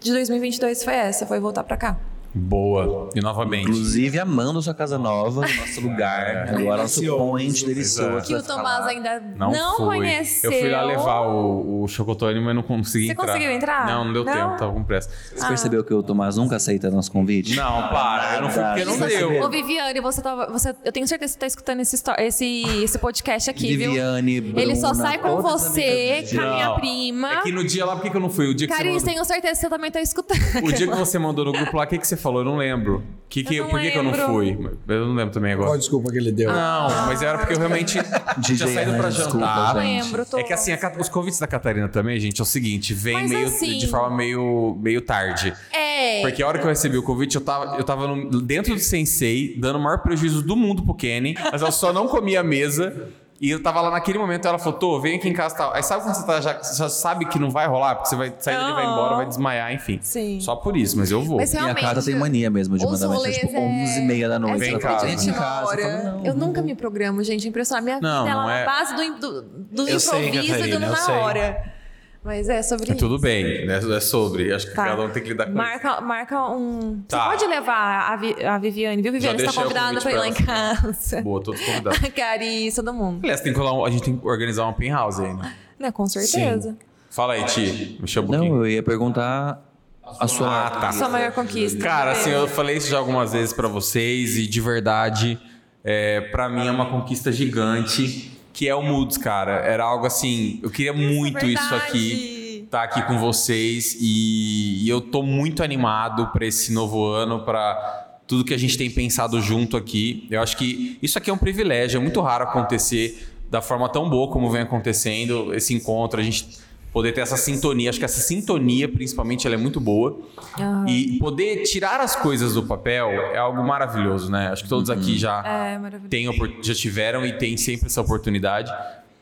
B: de 2022 foi essa, foi voltar pra cá.
A: Boa. E novamente...
D: Inclusive, amando sua casa nova, nosso
A: É.
D: lugar. Agora, nosso point delicioso.
B: Que o Tomás ainda não,
A: Não, fui.
B: conheceu.
A: Eu fui lá levar o, o Chocotone, mas não consegui
B: Você
A: entrar.
B: conseguiu entrar?
A: Não, não deu
B: Não?
A: tempo, tava com pressa.
D: Você percebeu que o Tomás nunca aceita nosso convite?
A: Não, para, eu não fui porque não
D: Você
A: deu.
B: Ô, Viviane, você tava. Você, eu tenho certeza que você tá escutando esse, histó- esse, esse podcast aqui, viu?
D: Viviane, Bruna,
B: Ele só sai com
D: todas as
B: você,
D: amigas
B: com a minha
A: Não.
B: prima.
A: É que no dia lá, por que que eu não fui? O dia que você
B: Carice,
A: mandou,
B: tenho certeza que você também tá escutando.
A: o dia que você mandou no grupo lá, o que, que você falou? Eu não lembro. Que que,
B: Eu não
A: por que, que eu não
B: lembro.
A: fui? Eu não lembro também agora.
E: Qual desculpa que ele deu? né?
A: Não, mas era porque eu realmente tinha
D: DJ
A: saído pra
D: Hernandes,
A: jantar.
D: desculpa, gente.
B: Lembro, tô.
A: É que assim, a Cata- os convites da Catarina também, gente, é o seguinte, vem
B: Mas
A: meio,
B: assim-
A: de forma meio, meio tarde.
B: É.
A: Porque a hora que eu recebi o convite, eu tava, eu tava no- dentro do Sensei, dando o maior prejuízo do mundo pro Kenny, mas eu só não comia a mesa. E eu tava lá naquele momento, ela falou, tô, vem aqui em casa e tal. Aí sabe quando você tá, já, você já sabe que não vai rolar? Porque você vai sair dali, vai
B: Aham.
A: embora, vai desmaiar, enfim.
B: Sim.
A: Só por isso, mas eu vou.
B: Mas é
D: Minha
B: realmente.
D: casa tem mania mesmo de
B: os
D: mandar mensagem tipo
B: rolês é-
D: 11 e meia da noite.
B: é
A: Vem
B: sempre
A: cá.
B: de
A: Vem
B: última
D: cá, você
B: hora.
D: fala, não,
B: eu nunca me programo, gente. é Impressionante. Minha
A: Não,
B: vida ela
A: não
B: é
A: é-
B: na base do, do, do
C: Eu
B: improviso
C: sei,
B: e do
C: Catarina, eu
B: na
C: sei.
B: hora. Mas é sobre
A: Tudo bem, né? é sobre. Acho que
B: Tá.
A: cada um tem que lidar com isso.
B: Marca, marca um.
A: Tá.
B: Você pode levar a, Vi- a Viviane, viu, Viviane?
A: Já
B: Você tá
A: deixei o
B: convidada
A: convite
B: pra ir lá em
A: pra
B: casa.
A: Boa, todos convidados.
B: Carice, todo mundo.
A: Aliás, tem que rolar um- a gente tem que organizar uma penthouse aí, né?
B: Né, com certeza.
A: Fala aí, Ti. Me chama um
D: Não,
A: pouquinho.
D: eu ia perguntar a sua.
A: Ah, tá.
B: Sua maior conquista.
A: Cara, assim, eu falei isso já algumas vezes pra vocês e de verdade, é, para mim é uma conquista gigante, que é o Moods, cara. Era algo assim, eu queria muito isso aqui.
B: Verdade.
A: estar aqui com vocês e, e eu tô muito animado para esse novo ano, para tudo que a gente tem pensado junto aqui. Eu acho que isso aqui é um privilégio, é muito raro acontecer da forma tão boa como vem acontecendo esse encontro, a gente poder ter essa sintonia. Acho que essa sintonia, principalmente, ela é muito boa.
B: Aham.
A: E poder tirar as coisas do papel é algo maravilhoso, né? Acho que todos aqui já
B: É maravilhoso.
A: tem, opor- já tiveram e tem sempre essa oportunidade.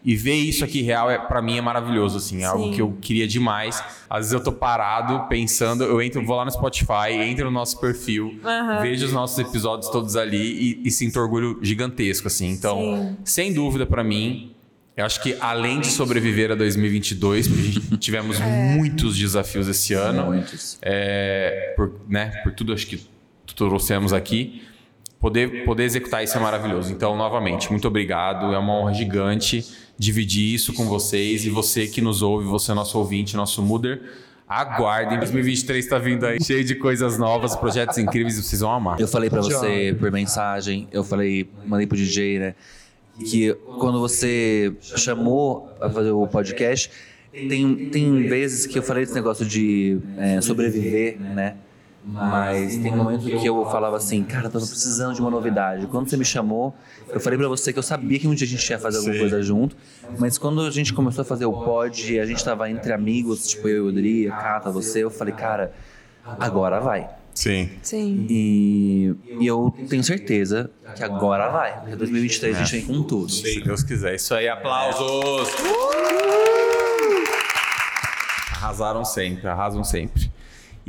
A: E ver isso aqui real, é, para mim, é maravilhoso, assim. É algo
B: Sim.
A: que eu queria demais. Às vezes eu tô parado, pensando, eu entro, vou lá no Spotify, entro no nosso perfil,
B: Aham.
A: vejo os nossos episódios todos ali e, e sinto orgulho gigantesco, assim. Então, sem dúvida, para mim, eu acho que além de sobreviver a 2022, porque a gente tivemos
B: É.
A: muitos desafios esse ano
D: Muitos.
A: é, por, né, por tudo acho que trouxemos aqui, poder, poder executar isso é maravilhoso. Então, novamente, muito obrigado. É uma honra gigante dividir isso com vocês e você que nos ouve, você é nosso ouvinte, nosso Muder. Aguardem, 2023 está tá vindo aí cheio de coisas novas, projetos incríveis, vocês vão amar.
D: Eu falei pra você por mensagem, eu falei, mandei pro DJ, né? Que quando você chamou pra fazer o podcast, tem, tem vezes que eu falei desse negócio de é, sobreviver, né? Mas tem momentos que eu falava assim, cara, eu tô precisando de uma novidade. Quando você me chamou, eu falei pra você que eu sabia que um dia a gente ia fazer alguma coisa junto, mas quando a gente começou a fazer o pod e a gente tava entre amigos, tipo eu e o Dri, a Cata, você, eu falei, cara, agora vai.
A: Sim.
B: Sim.
D: E, e eu tenho certeza que agora vai. Porque 2023 a gente vem com tudo.
A: Se Deus quiser. Isso aí, aplausos! Arrasaram sempre, arrasam sempre.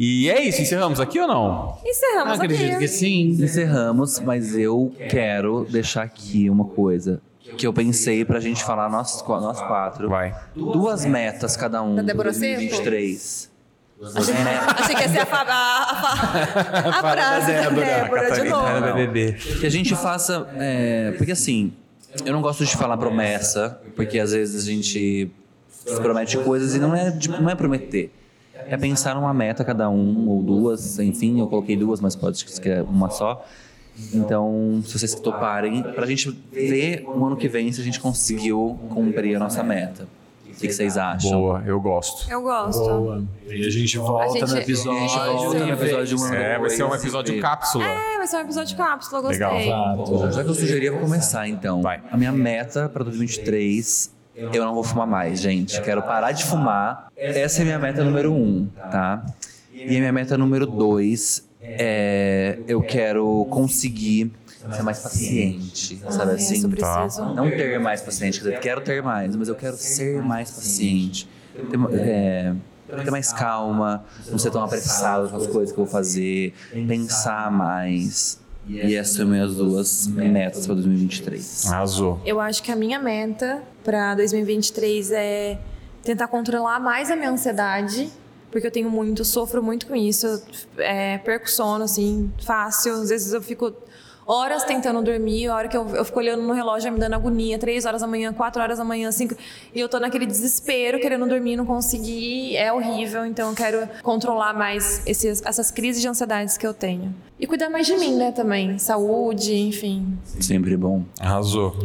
A: E é isso, encerramos aqui ou não?
B: Encerramos
C: Acredito
B: aqui.
C: que sim.
D: Encerramos, mas eu quero deixar aqui uma coisa que eu pensei pra gente falar nós, qu- nós quatro.
A: Vai.
D: Duas metas cada
I: Da
D: um pra
I: Débora Seco?
D: 2023.
B: Achei que ia ser a, fa- a- a fa- a frase
A: É,
B: da Débora, É, de novo.
A: BBB.
D: Que a gente faça. é, porque assim, eu não gosto de falar promessa, porque às vezes a gente se promete coisas e não é, de- não é prometer. É pensar numa meta cada um, ou duas, enfim, eu coloquei duas, mas pode ser que é uma só. Então, se vocês toparem, pra gente ver o ano que vem se a gente conseguiu cumprir a nossa meta. O que, que vocês acham?
A: Boa, eu gosto.
B: Eu gosto.
E: Boa. E a gente volta
B: Um A gente-
E: no
D: A gente
E: episódio.
D: volta no episódio de um ano
A: É, vai
D: depois
A: ser um
D: e
A: episódio
D: vê.
A: cápsula.
B: É, vai ser um episódio cápsula, gostei.
A: Legal.
E: Exato.
D: Já que eu sugeri, eu vou começar então.
A: Vai.
D: A minha meta pra 2023, eu não vou fumar mais, gente. Quero parar de fumar. Essa é a minha meta número um, tá? E a minha meta número dois é eu quero conseguir ser mais paciente, sabe
B: Ai,
D: assim?
B: isso eu preciso.
D: Não ter mais paciente, quer dizer, quero ter mais, mas eu quero ser mais paciente. Ter, ma- é, ter mais calma, não ser tão apressado com as coisas que eu vou fazer, pensar mais. E essas são minhas duas metas para 2023.
A: Arrasou.
B: Eu acho que a minha meta pra 2023 é tentar controlar mais a minha ansiedade, porque eu tenho muito, sofro muito com isso. Eu, é, perco sono, assim, fácil. Às vezes eu fico horas tentando dormir, a hora que eu, eu fico olhando no relógio já me dando agonia, três horas da manhã, quatro horas da manhã, cinco, e eu tô naquele desespero, querendo dormir, não conseguir, é horrível, então eu quero controlar mais esses- essas crises de ansiedades que eu tenho. E cuidar mais de mim, né, também, saúde, enfim.
D: Sempre bom.
A: Arrasou.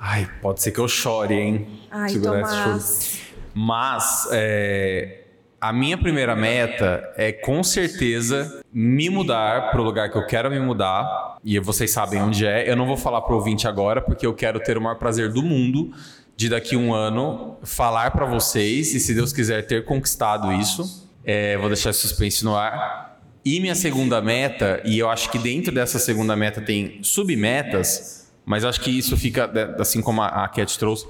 A: Ai, pode ser que eu chore, hein?
B: Hum. Ai,
A: Segurar esse
B: Tomás.
A: Mas é, a minha primeira meta é com certeza me mudar pro lugar que eu quero me mudar. E vocês sabem onde é. Eu não vou falar pro ouvinte agora, porque eu quero ter o maior prazer do mundo de daqui um ano falar para vocês e, se Deus quiser, ter conquistado isso. É, vou deixar esse suspense no ar. E minha segunda meta, e eu acho que dentro dessa segunda meta tem submetas, mas acho que isso fica, né, assim como a, a Cat trouxe,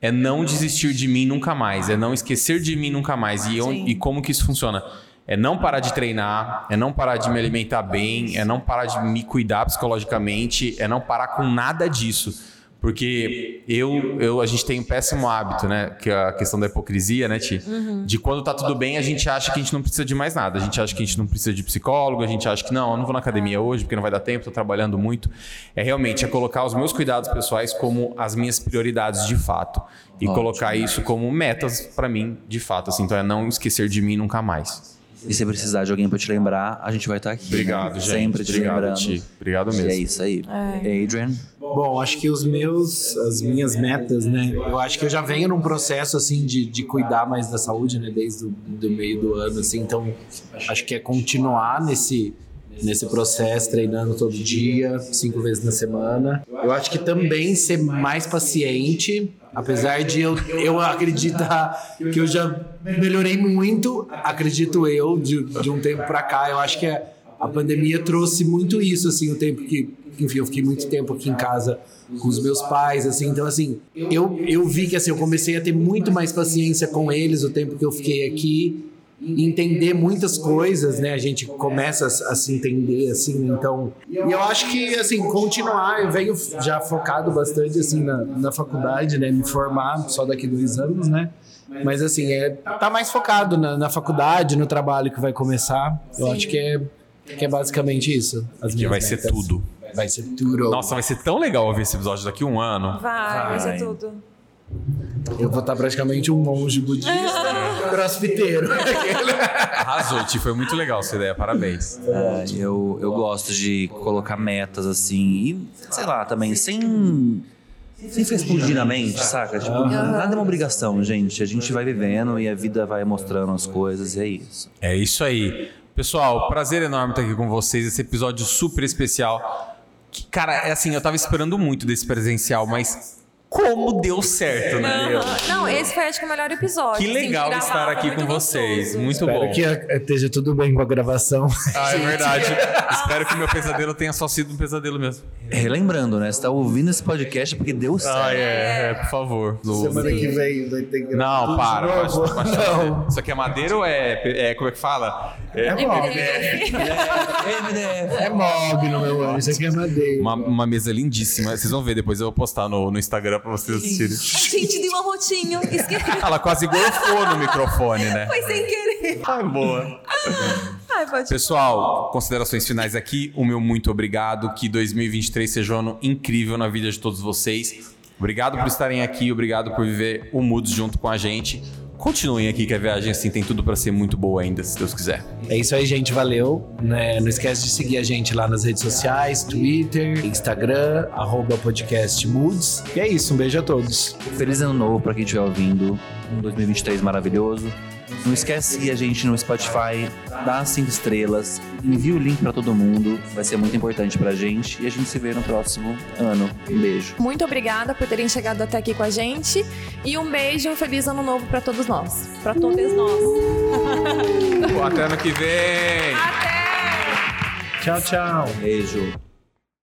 A: é não desistir de mim nunca mais, é não esquecer de mim nunca mais. E, on-
B: Sim.
A: e como que isso funciona? É não parar de treinar, é não parar de me alimentar bem, é não parar de me cuidar psicologicamente, é não parar com nada disso. Porque eu, eu, a gente tem um péssimo hábito, né? Que é a questão da hipocrisia, né, Ti? De quando tá tudo bem, a gente acha que a gente não precisa de mais nada. A gente acha que a gente não precisa de psicólogo, a gente acha que não, eu não vou na academia hoje porque não vai dar tempo, tô trabalhando muito. É realmente é colocar os meus cuidados pessoais como as minhas prioridades de fato. E colocar isso como metas pra mim, de fato. Assim, então é não esquecer de mim nunca mais.
D: E se precisar de alguém pra te lembrar, a gente vai estar aqui. né?
A: Obrigado, gente.
D: Sempre te
A: Obrigado,
D: lembrando.
A: Ti. Obrigado
D: E
A: mesmo.
D: é isso aí. Adrian,
C: Bom, acho que os meus, as minhas metas, né? Eu acho que eu já venho num processo assim de, de cuidar mais da saúde, né? Desde o do meio do ano, assim. Então, acho que é continuar nesse nesse processo, treinando todo dia, cinco vezes na semana. Eu acho que também ser mais paciente, apesar de eu eu acreditar que eu já melhorei muito, acredito eu de, de um tempo pra cá. Eu acho que é a pandemia trouxe muito isso, assim, o tempo que, enfim, eu fiquei muito tempo aqui em casa com os meus pais, assim, então, assim, eu, eu vi que, assim, eu comecei a ter muito mais paciência com eles o tempo que eu fiquei aqui, entender muitas coisas, né, a gente começa a, se- a se entender, assim, né? então, e eu acho que, assim, continuar, eu venho já focado bastante, assim, na, na faculdade, né, me formar só daqui dois anos, né, mas, assim, é, tá mais focado na, na faculdade, no trabalho que vai começar, eu
B: Sim.
C: acho que é que é basicamente isso. As
A: Que
C: minhas
A: vai ser
C: metas.
A: tudo.
C: Vai ser tudo.
A: Nossa, vai ser tão legal ouvir esse episódio daqui a um ano.
B: Vai, vai
D: Vai.
B: ser tudo.
C: Eu vou estar praticamente um monge budista, crossfiteiro.
A: Arrasou, Ti. Foi muito legal essa ideia. Parabéns.
D: ah, eu, eu gosto de colocar metas assim. E, sei lá, também, sem. Sem ficar explodindo a mente, saca? Tipo, nada é uma obrigação, gente. A gente vai vivendo e a vida vai mostrando as coisas, e é isso.
A: É isso aí. Pessoal, prazer enorme estar aqui com vocês. Esse episódio super especial. Que, cara, é assim, eu tava esperando muito desse presencial, mas como deu certo, né? meu?
B: Não, esse foi acho que o melhor episódio.
A: Que
B: assim, de
A: legal
B: gravar,
A: estar
B: foi
A: aqui
B: muito
A: com vocês.
B: gostoso.
A: Muito
E: Espero
A: bom.
E: que eh, esteja tudo bem com a gravação.
A: Ah, é verdade. Espero que meu pesadelo tenha só sido um pesadelo mesmo.
D: Relembrando, né? Você tá ouvindo esse podcast porque deu certo.
A: é, por favor.
F: Semana que vem vai ter que gravar
A: Não,
F: tudo
A: para.
F: de
A: Baixa,
F: novo.
A: baixa, Isso aqui é madeira ou é, pe- é. Como é que fala? É,
E: É mob no meu ano, isso aqui é madeira.
A: uma, uma mesa lindíssima. Vocês vão ver depois, eu vou postar no, no Instagram pra vocês assistirem.
B: Gente, deu um arrotinho. Esqueci.
A: Ela quase gorfou no microfone, né?
B: Foi sem querer.
A: Ai, boa.
B: Ai, pode
A: Pessoal, considerações finais aqui. O meu muito obrigado. Que 2023 seja um ano incrível na vida de todos vocês. Obrigado por estarem aqui. Obrigado por viver o Moods junto com a gente. Continuem aqui que a viagem assim tem tudo pra ser muito boa ainda, se Deus quiser.
C: É isso aí, gente. Valeu. Né? Não esquece de seguir a gente lá nas redes sociais, Twitter, Instagram, arroba podcast Moods. E é isso, um beijo a todos.
D: Feliz ano novo pra quem estiver ouvindo. Um 2023 maravilhoso. Não esquece de seguir a gente no Spotify, dá as 5 estrelas, envia o link pra todo mundo, vai ser muito importante pra gente e a gente se vê no próximo ano. Um beijo.
B: Muito obrigada por terem chegado até aqui com a gente e um beijo, feliz ano novo para todos nós, para todas nós.
A: Até ano que vem!
B: Até!
E: Tchau, tchau.
D: Beijo.